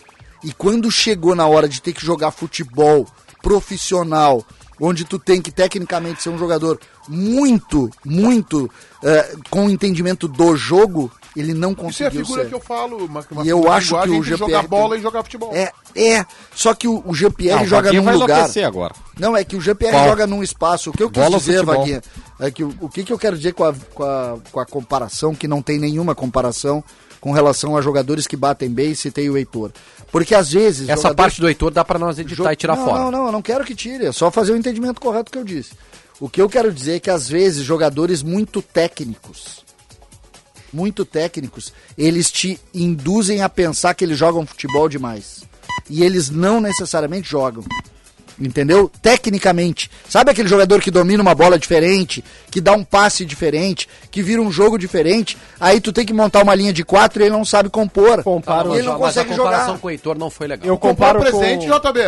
E quando chegou na hora de ter que jogar futebol profissional, onde tu tem que tecnicamente ser um jogador muito, muito eh, com entendimento do jogo, ele não
Isso é a
conseguiu
figura
ser.
que eu falo, uma, uma
E eu
uma
acho que
linguagem
o
entre
GPR
jogar
tem-
bola e jogar futebol.
É, é. Só que o, o Jean-Pierre
Não, o
joga
Vaguinho
num
vai
lugar.
enlouquecer agora.
Não, é que o Jean-Pierre
Qual?
joga num espaço. O que eu quis
Bola ou
dizer,
futebol?
Vaguinha, é que o, o que, que eu quero dizer com a, com, a, com a comparação, que não tem nenhuma comparação com relação a jogadores que batem bem, citei o Heitor. Porque às vezes.
Essa
jogador-
parte do Heitor dá pra nós editar
Jo-
e tirar
não,
fora.
Não, não, eu não quero que tire, é só fazer o entendimento correto que eu disse. O que eu quero dizer é que às vezes jogadores muito técnicos, muito técnicos, eles te induzem a pensar que eles jogam futebol demais. E eles não necessariamente jogam. Entendeu? Tecnicamente. Sabe aquele jogador que domina uma bola diferente, que dá um passe diferente, que vira um jogo diferente, aí tu tem que montar uma linha de quatro e ele não sabe compor.
Tá
Compara
ele não
mas a
consegue
comparação
jogar.
com o Heitor não foi legal.
Eu
Comprar
comparo
o presente,
com...
JB.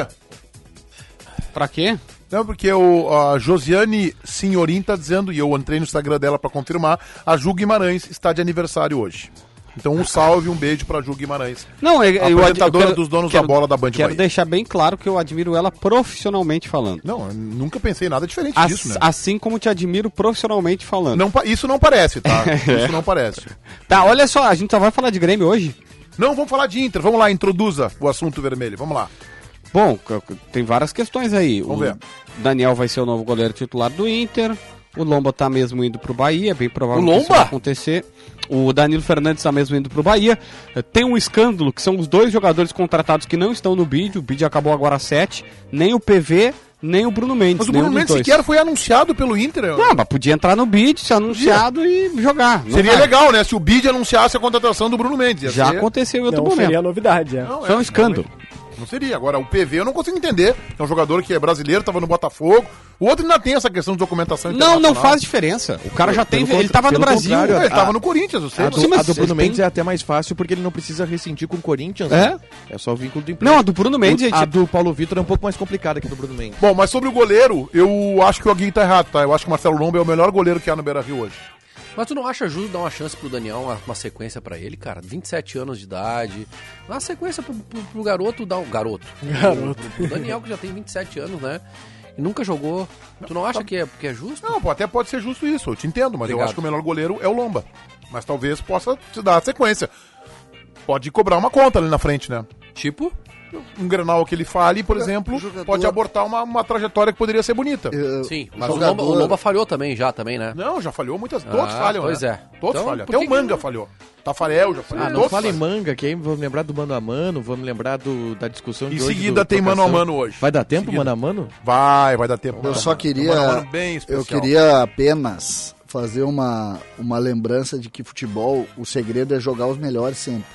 Pra quê?
Não, porque o, a Josiane Senhorim tá dizendo, e eu entrei no Instagram dela pra confirmar, a Ju Guimarães está de aniversário hoje. Então um salve, um beijo pra Ju Guimarães.
Não, eu, eu,
Apresentadora dos donos da bola da Band
Quero
Bahia.
deixar bem claro que eu admiro ela profissionalmente falando.
Não, eu nunca pensei em nada diferente
As-
disso, né?
Assim como te admiro profissionalmente falando.
Não, pa- isso não parece, tá? Isso não parece.
Tá, olha só, a gente só vai falar de Grêmio hoje?
Não, vamos falar de Inter. Vamos lá, introduza o assunto vermelho. Vamos lá.
Bom, c- c- tem várias questões aí.
Vamos
o
ver.
Daniel vai ser o novo goleiro titular do Inter. O Lomba tá mesmo indo pro Bahia, é bem provável
O
que isso
Lomba?
vai acontecer. O Danilo Fernandes tá mesmo indo pro Bahia. Eh, Tem um escândalo que são os dois jogadores contratados que não estão no bid. O bid acabou agora às 7. Nem o PV, nem o Bruno Mendes.
Mas o
nenhum
Bruno
dos
Mendes
dois.
sequer foi anunciado pelo Inter.
Não, mas podia entrar no bid, ser anunciado e jogar. Não
Seria
vai.
legal, né? Se o Bid anunciasse a contratação do Bruno Mendes. Ia
é. Já
ser-
aconteceu em outro
Não
momento.
seria novidade, é.
Não,
Isso é um escândalo.
Não seria. Agora, o PV eu não consigo entender. É um jogador que é brasileiro, estava no Botafogo. O outro ainda tem essa questão de documentação
Não, não
internacional.
faz diferença. O cara já tem.
Pelo
Ele tava no
contra- pelo
Brasil.
contrário,
Ele
a-
estava no Corinthians, eu sei.
A
Ah, mas-
Sim,
do,
mas
a do Bruno
vocês têm-
Mendes é até mais fácil porque ele não precisa rescindir com o Corinthians.
É?
né? É só o vínculo do emprego.
Não, a do Bruno Mendes,
O-
gente.
A do Paulo Vitor é um pouco mais complicada que a do Bruno Mendes.
Bom, mas sobre o goleiro, eu acho que o Aguinho tá errado, tá? Eu acho que o Marcelo Lomba é o melhor goleiro que há no Beira-Rio hoje.
Mas tu não acha justo dar uma chance pro Daniel, uma, uma sequência pra ele, cara? 27 anos de idade. Dá uma sequência pro, pro- pro garoto dar um garoto. Garoto. Pro, pro Daniel, que já tem 27 anos, né? E nunca jogou. Tu não acha que, é, que é justo?
Não, pô, até pode ser justo isso, eu te entendo, mas eu
Obrigado.
acho que o melhor goleiro é o Lomba. Mas talvez possa te dar a sequência. Pode cobrar uma conta ali na frente, né?
Tipo,
Um granal que ele fale, por exemplo,
jogador-
pode abortar uma, uma trajetória que poderia ser bonita.
sim.
o
Mas o
Eh, jogador-
Lomba, o Lomba falhou também já, também, né?
Não, já falhou muitas. Todos
Ah,
falham,
pois
né?
é.
Todos
Então,
falham.
por
Até o
que que
Manga
não-
falhou. Tafarel já falhou.
Ah, não
Todos
fala em
falham.
manga, que aí vamos lembrar do mano a mano, vamos lembrar do, da discussão de
Em
hoje
seguida
do-
tem mano a
trocação.
mano hoje.
Vai dar tempo,
Seguida.
mano a mano?
Vai, vai dar tempo.
Eu só queria.
Mano a mano um bem especial.
eu queria apenas fazer uma, uma lembrança de que futebol, o segredo é jogar os melhores sempre.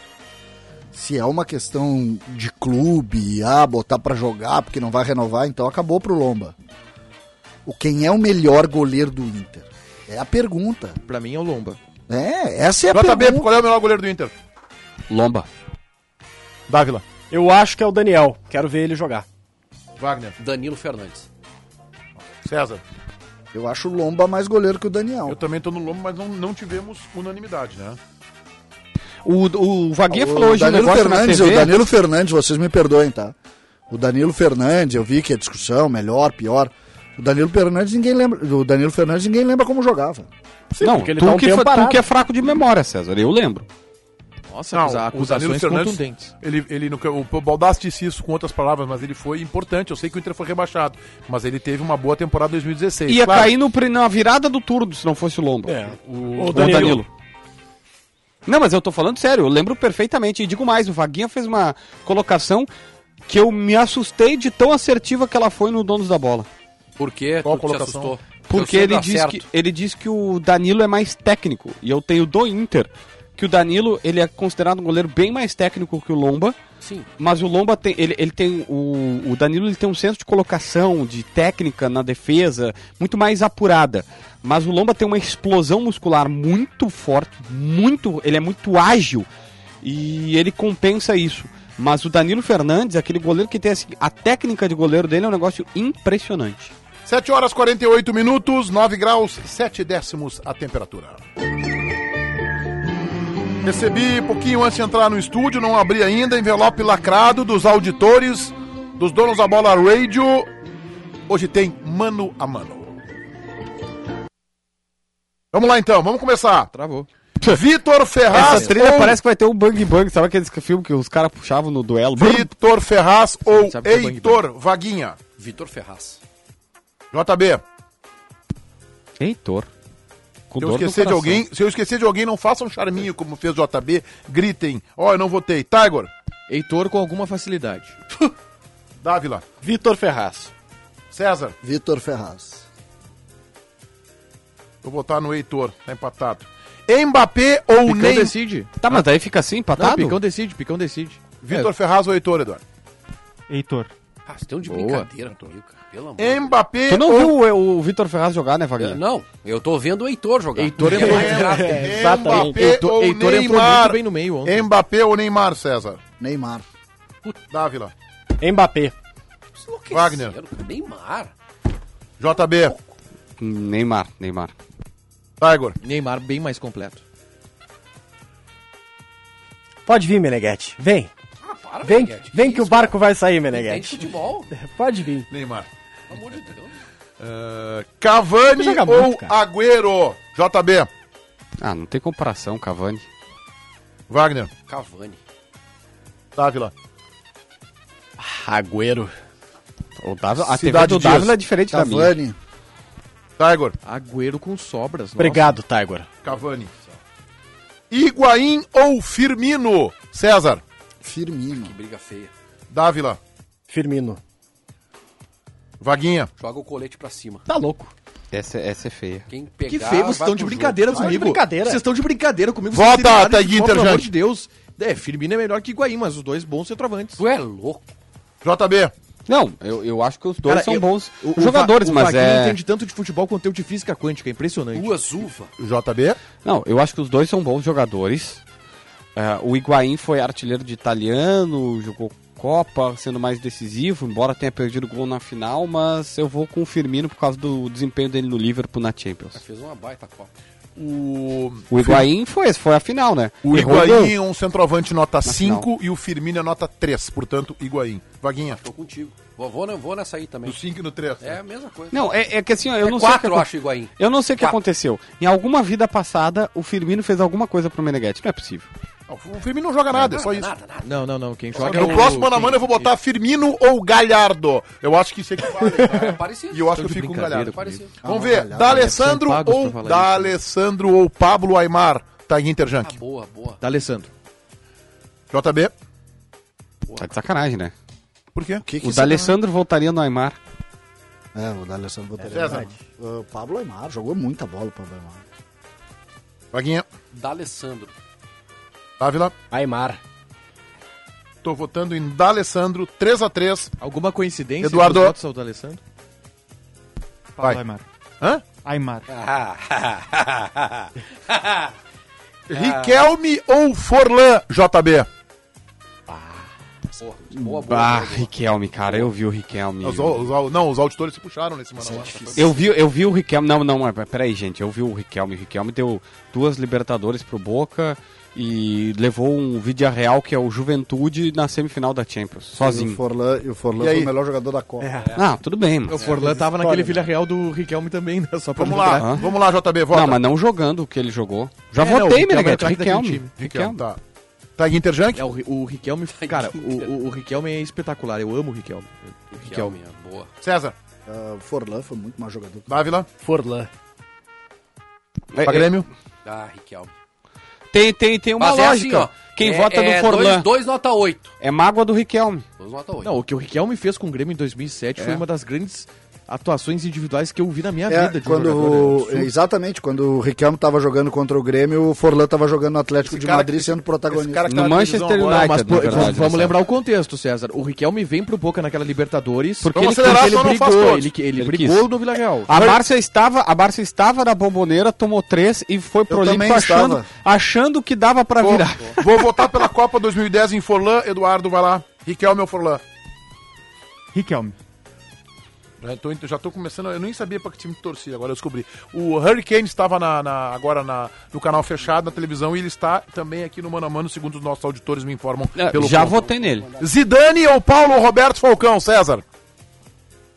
Se é uma questão de clube, ah, botar pra jogar porque não vai renovar, então acabou pro Lomba. O quem é o melhor goleiro do Inter? É a pergunta.
Pra mim é o Lomba.
É, essa é a
JB,
pergunta.
qual é o melhor goleiro do Inter?
Lomba.
Dávila.
Eu acho que é o Daniel. Quero ver ele jogar.
Wagner.
Danilo Fernandes.
César.
Eu acho o Lomba mais goleiro que o Daniel.
Eu também tô no Lombo, mas não, não tivemos unanimidade, né?
O, o Vaguinha falou
O
hoje um
Danilo
negócio na
Fernandes,
TV.
o Danilo Fernandes, vocês me perdoem, tá? O Danilo Fernandes, eu vi que é discussão, melhor, pior. O Danilo Fernandes, ninguém lembra. O Danilo Fernandes, ninguém lembra como jogava.
não,
porque ele
tu,
tá um
que
tempo
fa- tu
parado.
que é fraco de memória, César. Eu lembro.
Nossa,
Não, o
acusa-
Danilo
acusações
Fernandes,
contundentes.
ele, ele no, campo- o Baldassi disse isso com outras palavras, mas ele foi importante. Eu sei que o Inter foi rebaixado, mas ele teve uma boa temporada em 2016.
Ia
Claro,
cair no, pri- na virada do turno se não fosse o Lomba.
O,
O Danilo. Não, mas eu tô falando sério, eu lembro perfeitamente. E digo mais, o Vaguinha fez uma colocação que eu me assustei de tão assertiva que ela foi no Donos da Bola.
Por quê?
Qual
Tu te
colocação?
assustou?
Porque
Eu sei
ele
dar
diz,
certo.
que, ele diz que o Danilo é mais técnico. E eu tenho do Inter que o Danilo ele é considerado um goleiro bem mais técnico que o Lomba.
Sim.
Mas o Lomba tem. Ele, ele tem. O, o Danilo ele tem um senso de colocação, de técnica na defesa, muito mais apurada. Mas o Lomba tem uma explosão muscular muito forte, muito. Ele é muito ágil e ele compensa isso. Mas o Danilo Fernandes, aquele goleiro que tem assim, a técnica de goleiro dele é um negócio impressionante.
7 horas 48 minutos, 9 graus, 7 décimos a temperatura. Recebi pouquinho antes de entrar no estúdio, não abri ainda, envelope lacrado dos auditores, dos donos da bola radio. Hoje tem mano a mano. Vamos lá então, vamos começar.
Travou.
Vitor Ferraz.
Essa trilha
ou-
parece que vai ter um Bang Bang, sabe aqueles que- filme que os caras puxavam no duelo?
Vitor Ferraz ou
Sabe que é bang,
Heitor Vaguinha.
Vitor Ferraz.
JB,
Heitor. Com
se eu
dor no
esquecer de
coração.
alguém, se eu esquecer de alguém, não façam um charminho como fez o JB, gritem, ó, eu não votei. Tiger,
Heitor com alguma facilidade.
Dávila,
Vitor Ferraz.
César,
Vitor Ferraz.
vou votar no Heitor, tá empatado. Mbappé ou
Picão
Ney?
decide.
Tá, mas daí fica assim,
Não,
empatado?
Picão decide, Picão decide. É,
Vitor Ferraz ou Heitor, Eduardo?
Heitor.
Ah, você tem um de
Boa.
brincadeira comigo, cara. Pelo amor
Mbappé
Tu não
ou...
viu o, o Vitor Ferraz jogar, né,
Eu-
Vaguinha?
Não, eu tô vendo o Heitor jogar.
Heitor
é mais grave.
Mbappé
Heitor,
ou
Heitor entrou muito
Neymar?
bem no meio ontem.
Mbappé ou Neymar, César?
Neymar.
Dávila,
Mbappé.
Enlouqueceram,
Wagner.
cara. Neymar.
JB,
Hum, Neymar, Neymar.
Tiger,
Neymar bem mais completo.
Pode vir, Meneghete. Vem.
Ah, para,
Vem,
Meneghetti.
vem que o
isso,
barco vai sair,
cara? Tem de
Meneghete.
futebol.
Pode vir.
Neymar.
Pelo amor de Deus.
Ah, Cavani
Joga muito,
ou
cara.
Agüero? JB,
Ah, não tem comparação, Cavani.
Wagner,
Cavani.
Dávila.
Agüero.
O Dávila, a TV
Cidade
do
Dias.
Dávila é diferente da minha.
Cavani.
Tiger,
Agüero com sobras. nossa.
Obrigado, Tiger.
Cavani. Higuaín ou Firmino? César,
Firmino.
Briga feia.
Dávila,
Firmino.
Vaguinha.
Joga o colete pra cima.
Tá louco.
Essa, essa é feia.
Quem pegar,
Que feio, vocês
vai
estão de
pro
brincadeira
jogo.
de
comigo.
brincadeira.
Vocês estão de brincadeira comigo.
Volta,
vocês terminaram de
Taiguinha
futebol, Pelo amor
Interjante.
de Deus. É, Firmino é melhor que Higuaín, mas os dois bons centroavantes.
Tu é louco.
JB,
Não, eu, eu acho que os dois
Cara,
são
eu-
bons
o- o
jogadores,
Va- o
mas
Vaguinho
é...
entende tanto de futebol quanto eu de física quântica, é impressionante.
Duas uvas.
JB,
Não, eu acho que os dois são bons jogadores. É, o Higuaín foi artilheiro de italiano, jogou Copa, sendo mais decisivo, embora tenha perdido o gol na final, mas eu vou com o Firmino por causa do desempenho dele no Liverpool na Champions.
Fez uma baita copa.
o,
O Higuaín foi, esse foi a final, né?
o
Errou
Higuaín é um centroavante nota
final.
5 e o Firmino é nota 3. Portanto, Higuaín. Vaguinha,
Tô contigo. Vou, vou, não, vou nessa aí também.
do 5 e do 3.
É a mesma coisa.
Não, é, é que assim, ó, eu
É
não sei.
quatro, eu
o que acon-
acho, Higuaín.
Eu não sei o que
Quatro.
aconteceu. Em alguma vida passada, o Firmino fez alguma coisa pro Meneghetti. Não é possível.
O Firmino não joga nada, é só isso.
Nada, nada.
Não, não, não. Quem joga é
um
No
o-
próximo Mano a
quem-
Mano eu vou botar Firmino ou Galhardo. Eu acho que isso equivale.
É
tá?
parecido. É
E eu acho que eu
Tô de
fico com
brincadeira
Galhardo.
Parecido.
Vamos
Ah,
ver,
Galhardo,
da Alessandro
são pagos pra
ou
falar
da
isso.
Alessandro ou Pablo Aimar, tá em
Ah,
Interjunk.
boa, boa.
Da Tá, Alessandro.
JB,
Tá de sacanagem, né?
por quê?
Que que
O
esse cara-
D'Alessandro voltaria no Aymar.
É, o D'Alessandro botaria.
César.
O Pablo Aymar jogou muita bola, o Pablo Aymar.
Vaguinha,
D'Alessandro.
Ávila.
Aymar.
Tô votando em D'Alessandro, 3x3.
Alguma coincidência?
Eduardo.
entre os votos ao da Alessandro?
Vai.
Aymar.
Hã?
Aymar.
Riquelme ou Forlan, JB?
Boa, boa, boa. boa,
Ah,
boa.
Riquelme, cara, eu vi o Riquelme.
Os, os- os- não, os auditores se puxaram nesse mano. a mano.
Eu vi, eu vi o Riquelme. Não, não, é, peraí, gente. Eu vi o Riquelme. O Riquelme deu duas Libertadores pro Boca e levou um Vidia Real, que é o Juventude, na semifinal da Champions.
E o
Sozinho.
Forlan, e o Forlan
E aí?
foi o melhor jogador da Copa.
Ah, tudo bem,
O
mas.
Forlan tava naquele Vila Real do Riquelme também, né? Só pra
Vamos
lembrar.
lá, vamos lá, JB, vota.
Não, mas não jogando o que ele jogou. Já
É, não, o
votei,
Riquelme é o
Meneghete.
craque daquele
Riquelme.
time.
Riquelme,
Riquelme.
tá. Tá em Interjunk?
É, o, Ri- o Riquelme, cara, o, o, o Riquelme é espetacular. Eu amo o Riquelme.
Riquelme, é boa.
César,
Ah, o Forlan foi muito mais jogador.
Dávila,
Forlan.
pra
É, é,
Grêmio.
Ah, Riquelme.
tem, tem, tem uma
Mas é
lógica.
assim, ó.
Quem
É-
vota
é
no Forlan
Dois, dois nota 8.
é mágoa do Riquelme.
Dois nota 8.
Não, o que o Riquelme fez com o Grêmio em 2007 foi uma das grandes atuações individuais que eu vi na minha
É,
vida de um
quando
jogador,
o-
né? Absurdo.
exatamente, quando o Riquelme tava jogando contra o Grêmio, o Forlan tava jogando no Atlético
Esse
de
cara-
Madrid
esse-
sendo protagonista.
esse cara que tá
No
na
Manchester
divisão agora.
Não,
É,
mas
United, na
pô,
verdade, né,
vamos, vamos
nessa
lembrar o contexto, César. O Riquelme vem pro Boca naquela Libertadores
Porque
ele,
ele quis,
ele
só não faz
brigou,
todos.
ele, que- ele
Ele
brigou
quis. Ah,
no Vila Real.
A Márcia estava, a Márcia estava na bomboneira, tomou três e foi pro
Eu
Olímpico
também
achando,
estava.
achando que dava pra
Vou,
virar.
vou votar pela Copa 2010 em Forlan. Eduardo, vai lá. Riquelme ou Forlan?
Riquelme.
Já tô, ent- já tô começando, eu nem sabia pra que time torcia, agora eu descobri. O Hurricane estava na, na- agora na, no canal fechado, na televisão, e ele está também aqui no Mano a Mano, segundo os nossos auditores me informam.
É,
já
ponto.
votei nele.
Zidane ou Paulo Roberto Falcão, César?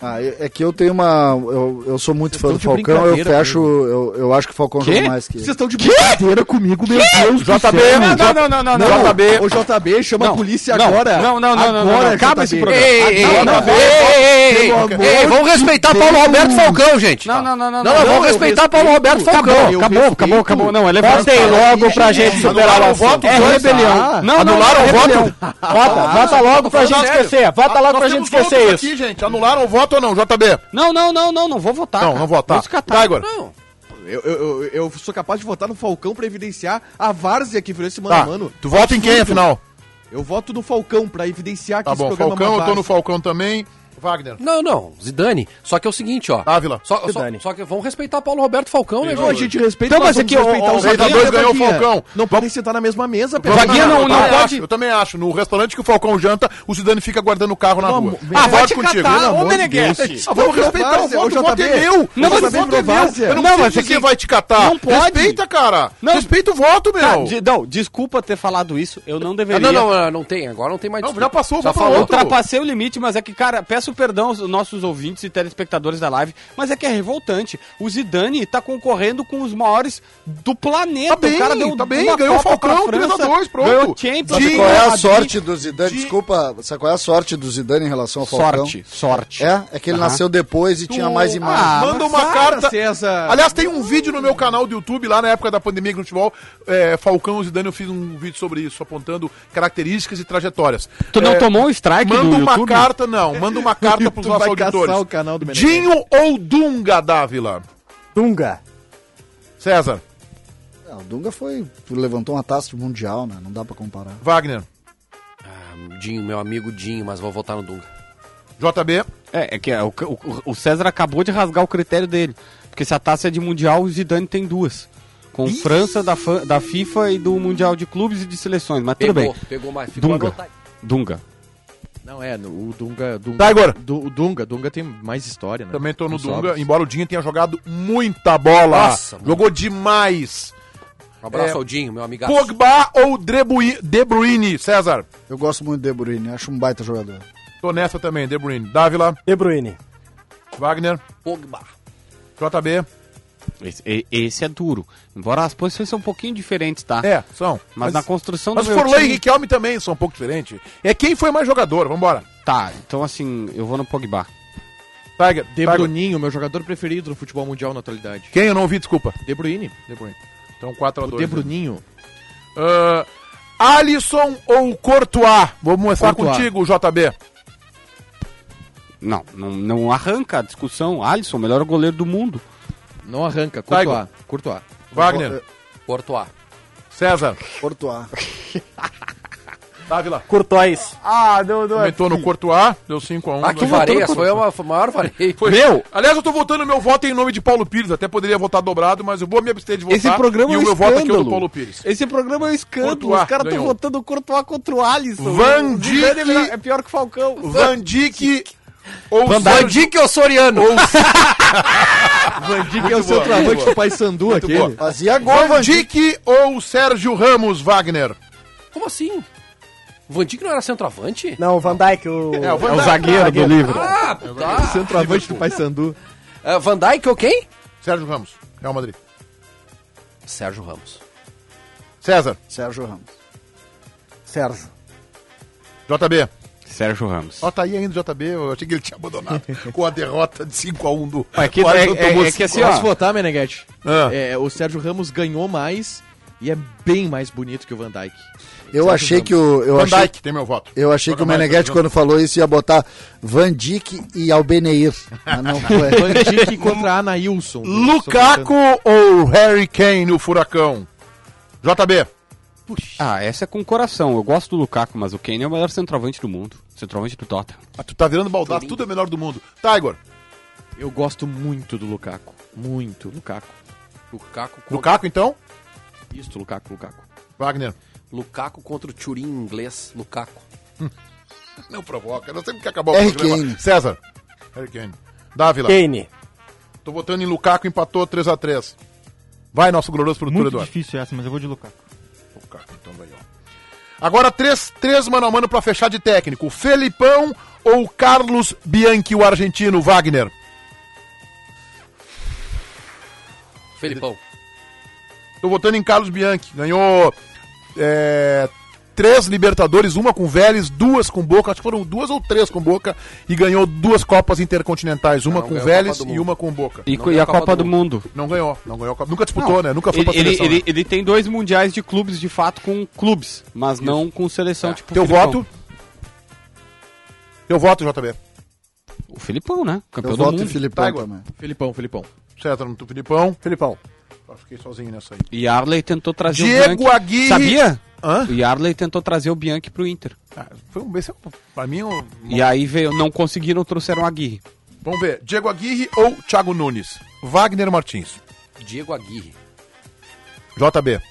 Ah, eu- é que eu tenho uma. Eu, eu sou muito fã do
estão de
Falcão, eu
brincadeira
fecho. Eu, eu acho que o Falcão joga mais que.
estão de brincadeira comigo, meu Deus do
JB,
céu.
não,
Não, não, não, não, não.
Não, JB. Ô, JB, chama
Não,
a polícia
não,
agora.
não, não, não, não, não,
Agora,
não, acaba
JB.
esse programa.
Ei, ei, ei,
Acaba,
ei, ei, ei, ei,
Pelo amor
ei, ei, vamos
de
respeitar
Deus.
Paulo Roberto Falcão, gente.
Não, não, não,
Não,
não, não.
vamos
eu
respeitar
respeito.
Paulo Roberto Falcão.
Acabou, eu
Acabou, acabou,
respeito.
acabou. Não, é levanta.
Votem logo pra gente superar o
Anularam o
assunto.
voto,
É
dois,
rebelião.
Ah,
Não, não,
Anularam
não,
o
é
voto?
rebelião.
Vota, vota logo pra gente
sério.
esquecer. Vota
Ah,
logo
nós
pra gente
temos
esquecer
outros
isso.
Aqui, gente. Anularam o voto ou não, tá JB?
Não, não, não, não, não vou votar.
não,
cara.
não votar.
Vou descartar.
Vai agora.
Não.
Eu, eu, eu- eu sou capaz de votar no Falcão pra evidenciar a várzea que virou esse mano
Tá.
a mano.
Tu vota em quem, afinal?
Eu voto no Falcão pra evidenciar que
Tá bom,
programa
Falcão,
é
eu
uma
tô no
várzea.
Falcão também. Wagner.
Não, não, Zidane. Só que é o seguinte, ó.
Ávila.
Só, só,
Zidane.
só que vamos respeitar Paulo Roberto Falcão, né,
Não, a
gente?
gente respeita
Então,
nós
mas
vamos
aqui, ó,
respeitar
ó,
os
o
amigos,
Vaguinha ganhou o
Vaguinha.
Falcão.
Não podem sentar na mesma mesa,
Vamos
pessoal.
Vaguinha
lá,
não-
eu
não
também
pode-
acho, Eu também acho. No restaurante que o Falcão janta, o Zidane fica guardando o carro na
Pelo
rua.
amor- Ah,
vai te catar,
Pelo
ô,
amor de
Meneghetti.
Deus.
Ah, vamos respeitar o
Várzea,
voto,
ô,
o voto é
JB.
meu.
Não,
O
mas
voto
o voto é
Eu não,
meu.
Ah,
Não,
preciso
mas é
dizer
que-
vai te catar.
Não pode.
Respeita, cara.
Não.
Respeita o voto, meu.
Tá, de- não, desculpa ter falado isso, eu não
Ah, não,
deveria.
não, não, não tem. Agora não tem mais.
Não,
desculpa.
já passou,
já
vou pra
falou.
outro.
Ultrapassei o limite, mas é que, cara, peço perdão aos nossos ouvintes e telespectadores da live, mas é que é revoltante. O Zidane tá concorrendo com os maiores do planeta.
Tá bem,
o cara deu
tá bem,
uma
ganhou o
Copa pra
Falcão,
França,
3x2, pronto.
Ganhou
Sabe
Champions,
Sabe
Tinha
qual é a
Madrid.
sorte do Zidane? Desculpa, sabe qual é a sorte do Zidane em relação ao Falcão?
Sorte, sorte.
É, é que ele nasceu depois e tinha mais imagem.
Ah,
Manda
mas
uma
para,
carta.
César.
Aliás, tem um vídeo no meu canal do YouTube, lá na época da pandemia que no futebol, é, Falcão e Zidane, eu fiz um vídeo sobre isso, apontando características e trajetórias.
Tu não
É,
tomou um strike
Manda
do
uma
YouTube?
carta, não. Manda uma carta pros
Tu
nossos
vai caçar
auditores.
o canal do Meneghetti.
Dinho ou Dunga, Dávila?
Tunga.
César,
Ah, o Dunga foi, levantou uma taça de mundial, né? Não dá pra comparar.
Wagner,
Ah, Dinho, meu amigo Dinho, mas vou votar no Dunga.
JB.
É, é que é, o, o- o César acabou de rasgar o critério dele. Porque se a taça é de Mundial, o Zidane tem duas. Com França, da, fa- da FIFA e do Mundial de Clubes e de Seleções. Mas tudo bem.
pegou mais. Ficou
Dunga.
anotado.
Dunga.
Não, é, no- o Dunga... Dunga
Tá, Igor.
Du- o Dunga, Dunga tem mais história, né?
Também tô no
Com
Dunga,
sobras.
embora o Dinho tenha jogado muita bola.
Nossa, mano.
Jogou demais.
Um abraço
É,
ao Dinho, meu amigaço.
Pogba ou Drebui- De Bruyne, César?
Eu gosto muito do De Bruyne, acho um baita jogador.
Tô nessa também, De Bruyne. Dávila,
De Bruyne.
Wagner,
Pogba.
JB.
Esse, e- esse é duro. Embora as posições são um pouquinho diferentes, tá?
É, são.
Mas, na construção
Mas
do meu
Forlán e
time...
Riquelme também são um pouco diferentes. É quem foi mais jogador, vambora.
Tá, então assim, eu vou no Pogba.
Tiger,
De
Tiger.
Bruninho, meu jogador preferido no futebol mundial na atualidade.
Quem eu não ouvi, desculpa.
De Bruyne.
De Bruyne. Então 4 a
O
2
né?
De Bruninho.
Ah, Alisson ou Courtois? Vou começar
Courtois.
contigo, JB.
Não, não, não arranca a discussão. Alisson, melhor goleiro do mundo.
Não arranca.
Tá,
Courtois. Courtois.
Wagner,
Portoá.
César,
Courtois.
Dávila.
Curtóis.
Ah, não, não.
Aumentou no Courtois, deu 5x1.
Ah, que vareias, foi uma foi a maior vareia.
Meu! Aliás, eu tô votando meu voto em nome de Paulo Pires. Até poderia votar dobrado, mas eu vou me abster de votar.
Esse programa
e
é
o
um
meu voto aqui é o do
escândalo.
Paulo Pires.
Esse programa é um escândalo.
Courtois
Os caras estão
ganhou.
votando o Courtois contra o Alisson.
Van
O
Dijk-
Zidane É, melhor- é pior que o Falcão.
Van Dijk ou
Van Dijk ou Soriano?
Van Dijk
Muito
é o
boa, muito
centroavante
boa.
do Paysandu aquele.
Fazia gol,
Van
Van Dijk.
Dijk ou Sérgio Ramos, Wagner?
Como assim? O Van Dijk não era centroavante?
Não, Van Dijk, o...
É, o Van Dijk.
zagueiro do livro.
Ah, tá.
Centroavante do Paysandu.
Ah, Van Dijk ou quem?
Sérgio Ramos, Real Madrid.
Sérgio Ramos.
César,
Sérgio Ramos.
Sérgio.
JB.
Sérgio Ramos.
Ó, tá aí ainda o JB, eu achei que ele tinha abandonado com a derrota de 5x1 do.
É que,
Quase
é,
eu
é-
tomou
é que assim,
Posso
ó.
votar, Meneghetti?
Ah.
É, o Sérgio Ramos ganhou mais e é bem mais bonito que o Van Dijk.
Eu achei que o. Eu
Van
achei,
Dijk, tem meu voto.
eu achei que o
Joga mais,
Meneghete,
joga
quando falou isso, ia botar Van Dijk e Albeneir. Mas não foi.
Van Dijk contra Anailson.
Lukaku ou Harry Kane, o furacão? JB.
Ah, essa é com o coração. Eu gosto do Lukaku, mas o Kane é o melhor centroavante do mundo. Centroavante do Tottenham.
Ah, tu tá virando baldaço, tudo é melhor do mundo. Tiger.
Eu gosto muito do Lukaku. Muito. Lukaku.
Lukaku contra,
Lukaku, então?
Isso, Lukaku, Lukaku.
Wagner.
Lukaku contra o Turin inglês. Lukaku.
Não provoca, nós temos que acabar
Harry
programa.
Kane.
César. Harry Kane. Dávila.
Kane.
Tô votando em Lukaku, empatou 3x3. Vai, nosso glorioso produtor
Muito
Eduardo.
difícil essa, mas eu vou de Lucas.
Lukaku, então vai, ó. Agora, três, três mano a mano pra fechar de técnico. Felipão ou Carlos Bianchi, o argentino, Wagner?
Felipão.
Tô votando em Carlos Bianchi. Ganhou é, três Libertadores, uma com Vélez, duas com Boca. Acho que foram duas ou três com Boca. E ganhou duas Copas Intercontinentais, uma
Não,
com
ganhou a
Vélez
Copa do
e
Mundo.
uma com Boca.
E,
Não
co- e
ganhou
a Copa do Mundo.
Não ganhou, não ganhou a Copa. Nunca disputou, né? Nunca foi
Ele,
pra seleção.
ele-
né?
ele tem dois mundiais de clubes, de fato, com clubes, mas não com seleção, tipo. o
É. Teu
Filipão.
voto? Teu voto, JB.
O Filipão, né? Campeão
Eu
do
voto em
mundo.
Filipão
Tá, igual.
também.
Felipão, Felipão.
César no Filipão.
Felipão.
Ah, fiquei sozinho nessa aí.
E Arley tentou trazer o
Diego
Bianchi.
Aguirre.
Sabia?
Hã?
E Arley tentou trazer o Bianchi pro Inter.
Ah, foi um, esse é, um- pra mim, um-
E aí veio, não conseguiram, trouxeram o Aguirre.
vamos ver. Diego Aguirre ou Thiago Nunes? Wagner Martins.
Diego Aguirre.
JB.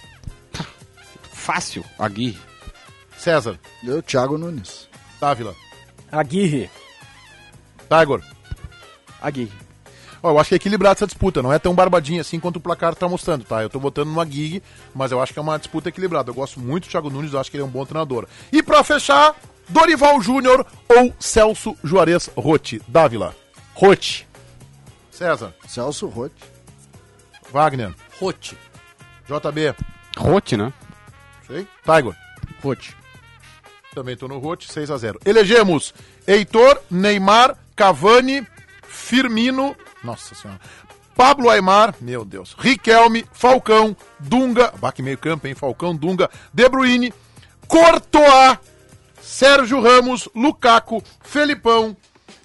Fácil, Aguirre.
César.
Eu, Thiago Nunes.
Dávila.
Aguirre.
Tiger.
Aguirre.
Ó, eu acho que é equilibrada essa disputa, não é tão barbadinha assim quanto o placar tá mostrando, tá? Eu tô botando numa gig, mas eu acho que é uma disputa equilibrada. Eu gosto muito do Thiago Nunes, eu acho que ele é um bom treinador. E pra fechar, Dorival Júnior ou Celso Juarez Rotti. Dávila.
Rote.
César.
Celso Rotti.
Wagner.
Rote.
JB.
Rote, né?
Sei. Tiger.
Rote.
Também tô no Rote, 6 a 0 Elegemos Heitor, Neymar, Cavani, Firmino. Nossa senhora. Pablo Aimar, meu Deus. Riquelme, Falcão, Dunga. Baque meio campo, hein? Falcão, Dunga, De Bruyne, Courtois, Sérgio Ramos, Lukaku, Felipão,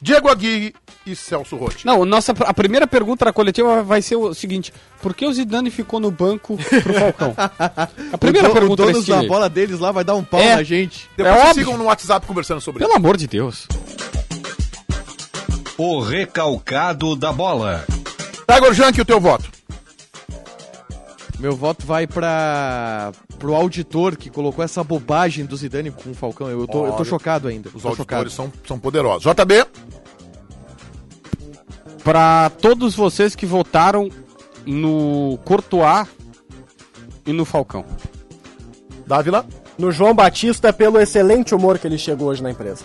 Diego Aguirre e Celso Rotti.
Não, nossa, a primeira pergunta da coletiva vai ser o seguinte: por que o Zidane ficou no banco pro Falcão? A primeira
o do,
pergunta
o
desse
dono da
time.
bola deles lá vai dar um pau
É.
na gente.
Depois vocês
óbvio.
sigam no WhatsApp conversando sobre
Pelo amor de Deus.
O recalcado da bola.
isso. Tiger Junk, o teu voto.
Meu voto vai pra. pro auditor que colocou essa bobagem do Zidane com o Falcão. Eu tô, eu tô chocado ainda.
Os
Tá
tô chocado.
auditores são, são poderosos. JB,
Pra todos vocês que votaram no Courtois e no Falcão.
Dávila,
No João Batista pelo excelente humor que ele chegou hoje na empresa.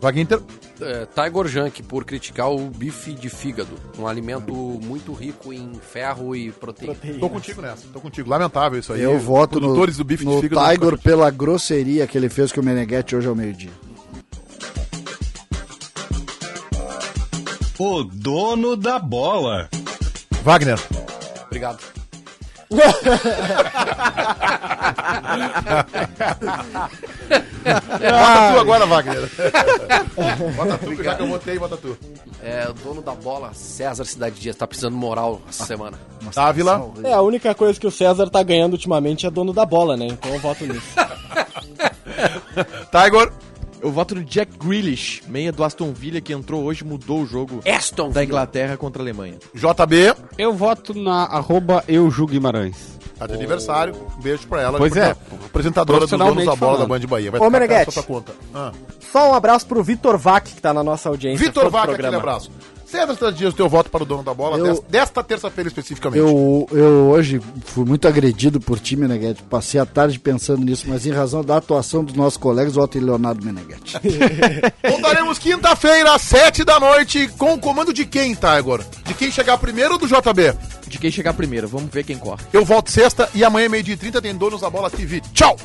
Vaguinter.
É, Tiger Junk, por criticar o bife de fígado. Um alimento muito rico em ferro e proteína.
Tô contigo nessa, tô contigo. Lamentável isso aí.
Eu voto no,
Produtores do bife
no
de fígado.
Tiger pela grosseria que ele fez com o Meneghetti hoje ao meio-dia.
O dono da bola.
Wagner.
Obrigado.
Bota tu agora, Wagner. bota tu, que já que eu votei, bota tu.
É, o dono da bola, César Cidade Dias, tá precisando moral essa semana.
Dávila.
É, a única coisa que o César tá ganhando ultimamente é dono da bola, né? Então eu voto nisso.
Tiger.
Eu voto no Jack Grealish, meia do Aston Villa, que entrou hoje, mudou o jogo
Aston
da
Villa.
Inglaterra contra a Alemanha.
JB.
Eu voto na arroba eujuguimarães.
Tá de aniversário. Um beijo pra ela.
Pois é.
Porque Apresentadora dos Donos da
Profissionalmente
Bola da
falando.
Band Bahia. Vai
Ô,
ficar
Meneghetti.
na sua conta. Ah.
Só um abraço pro Vitor Vac, que tá na nossa audiência.
Vitor
todo
Vaca, aquele
programa.
abraço. Cedra Cidade Dias, o teu voto para o dono da bola
Eu-
des- desta terça-feira especificamente.
Eu, eu hoje fui muito agredido por ti, Meneghetti. Passei a tarde pensando nisso, mas em razão da atuação dos nossos colegas, voto em Leonardo Meneghetti.
Voltaremos quinta-feira, às sete da noite, com o comando de quem, Tiger? De quem chegar primeiro ou do JB?
De quem chegar primeiro, vamos ver quem corre.
Eu volto sexta e amanhã, meio-dia e 30, tem Donos da Bola TV. Tchau!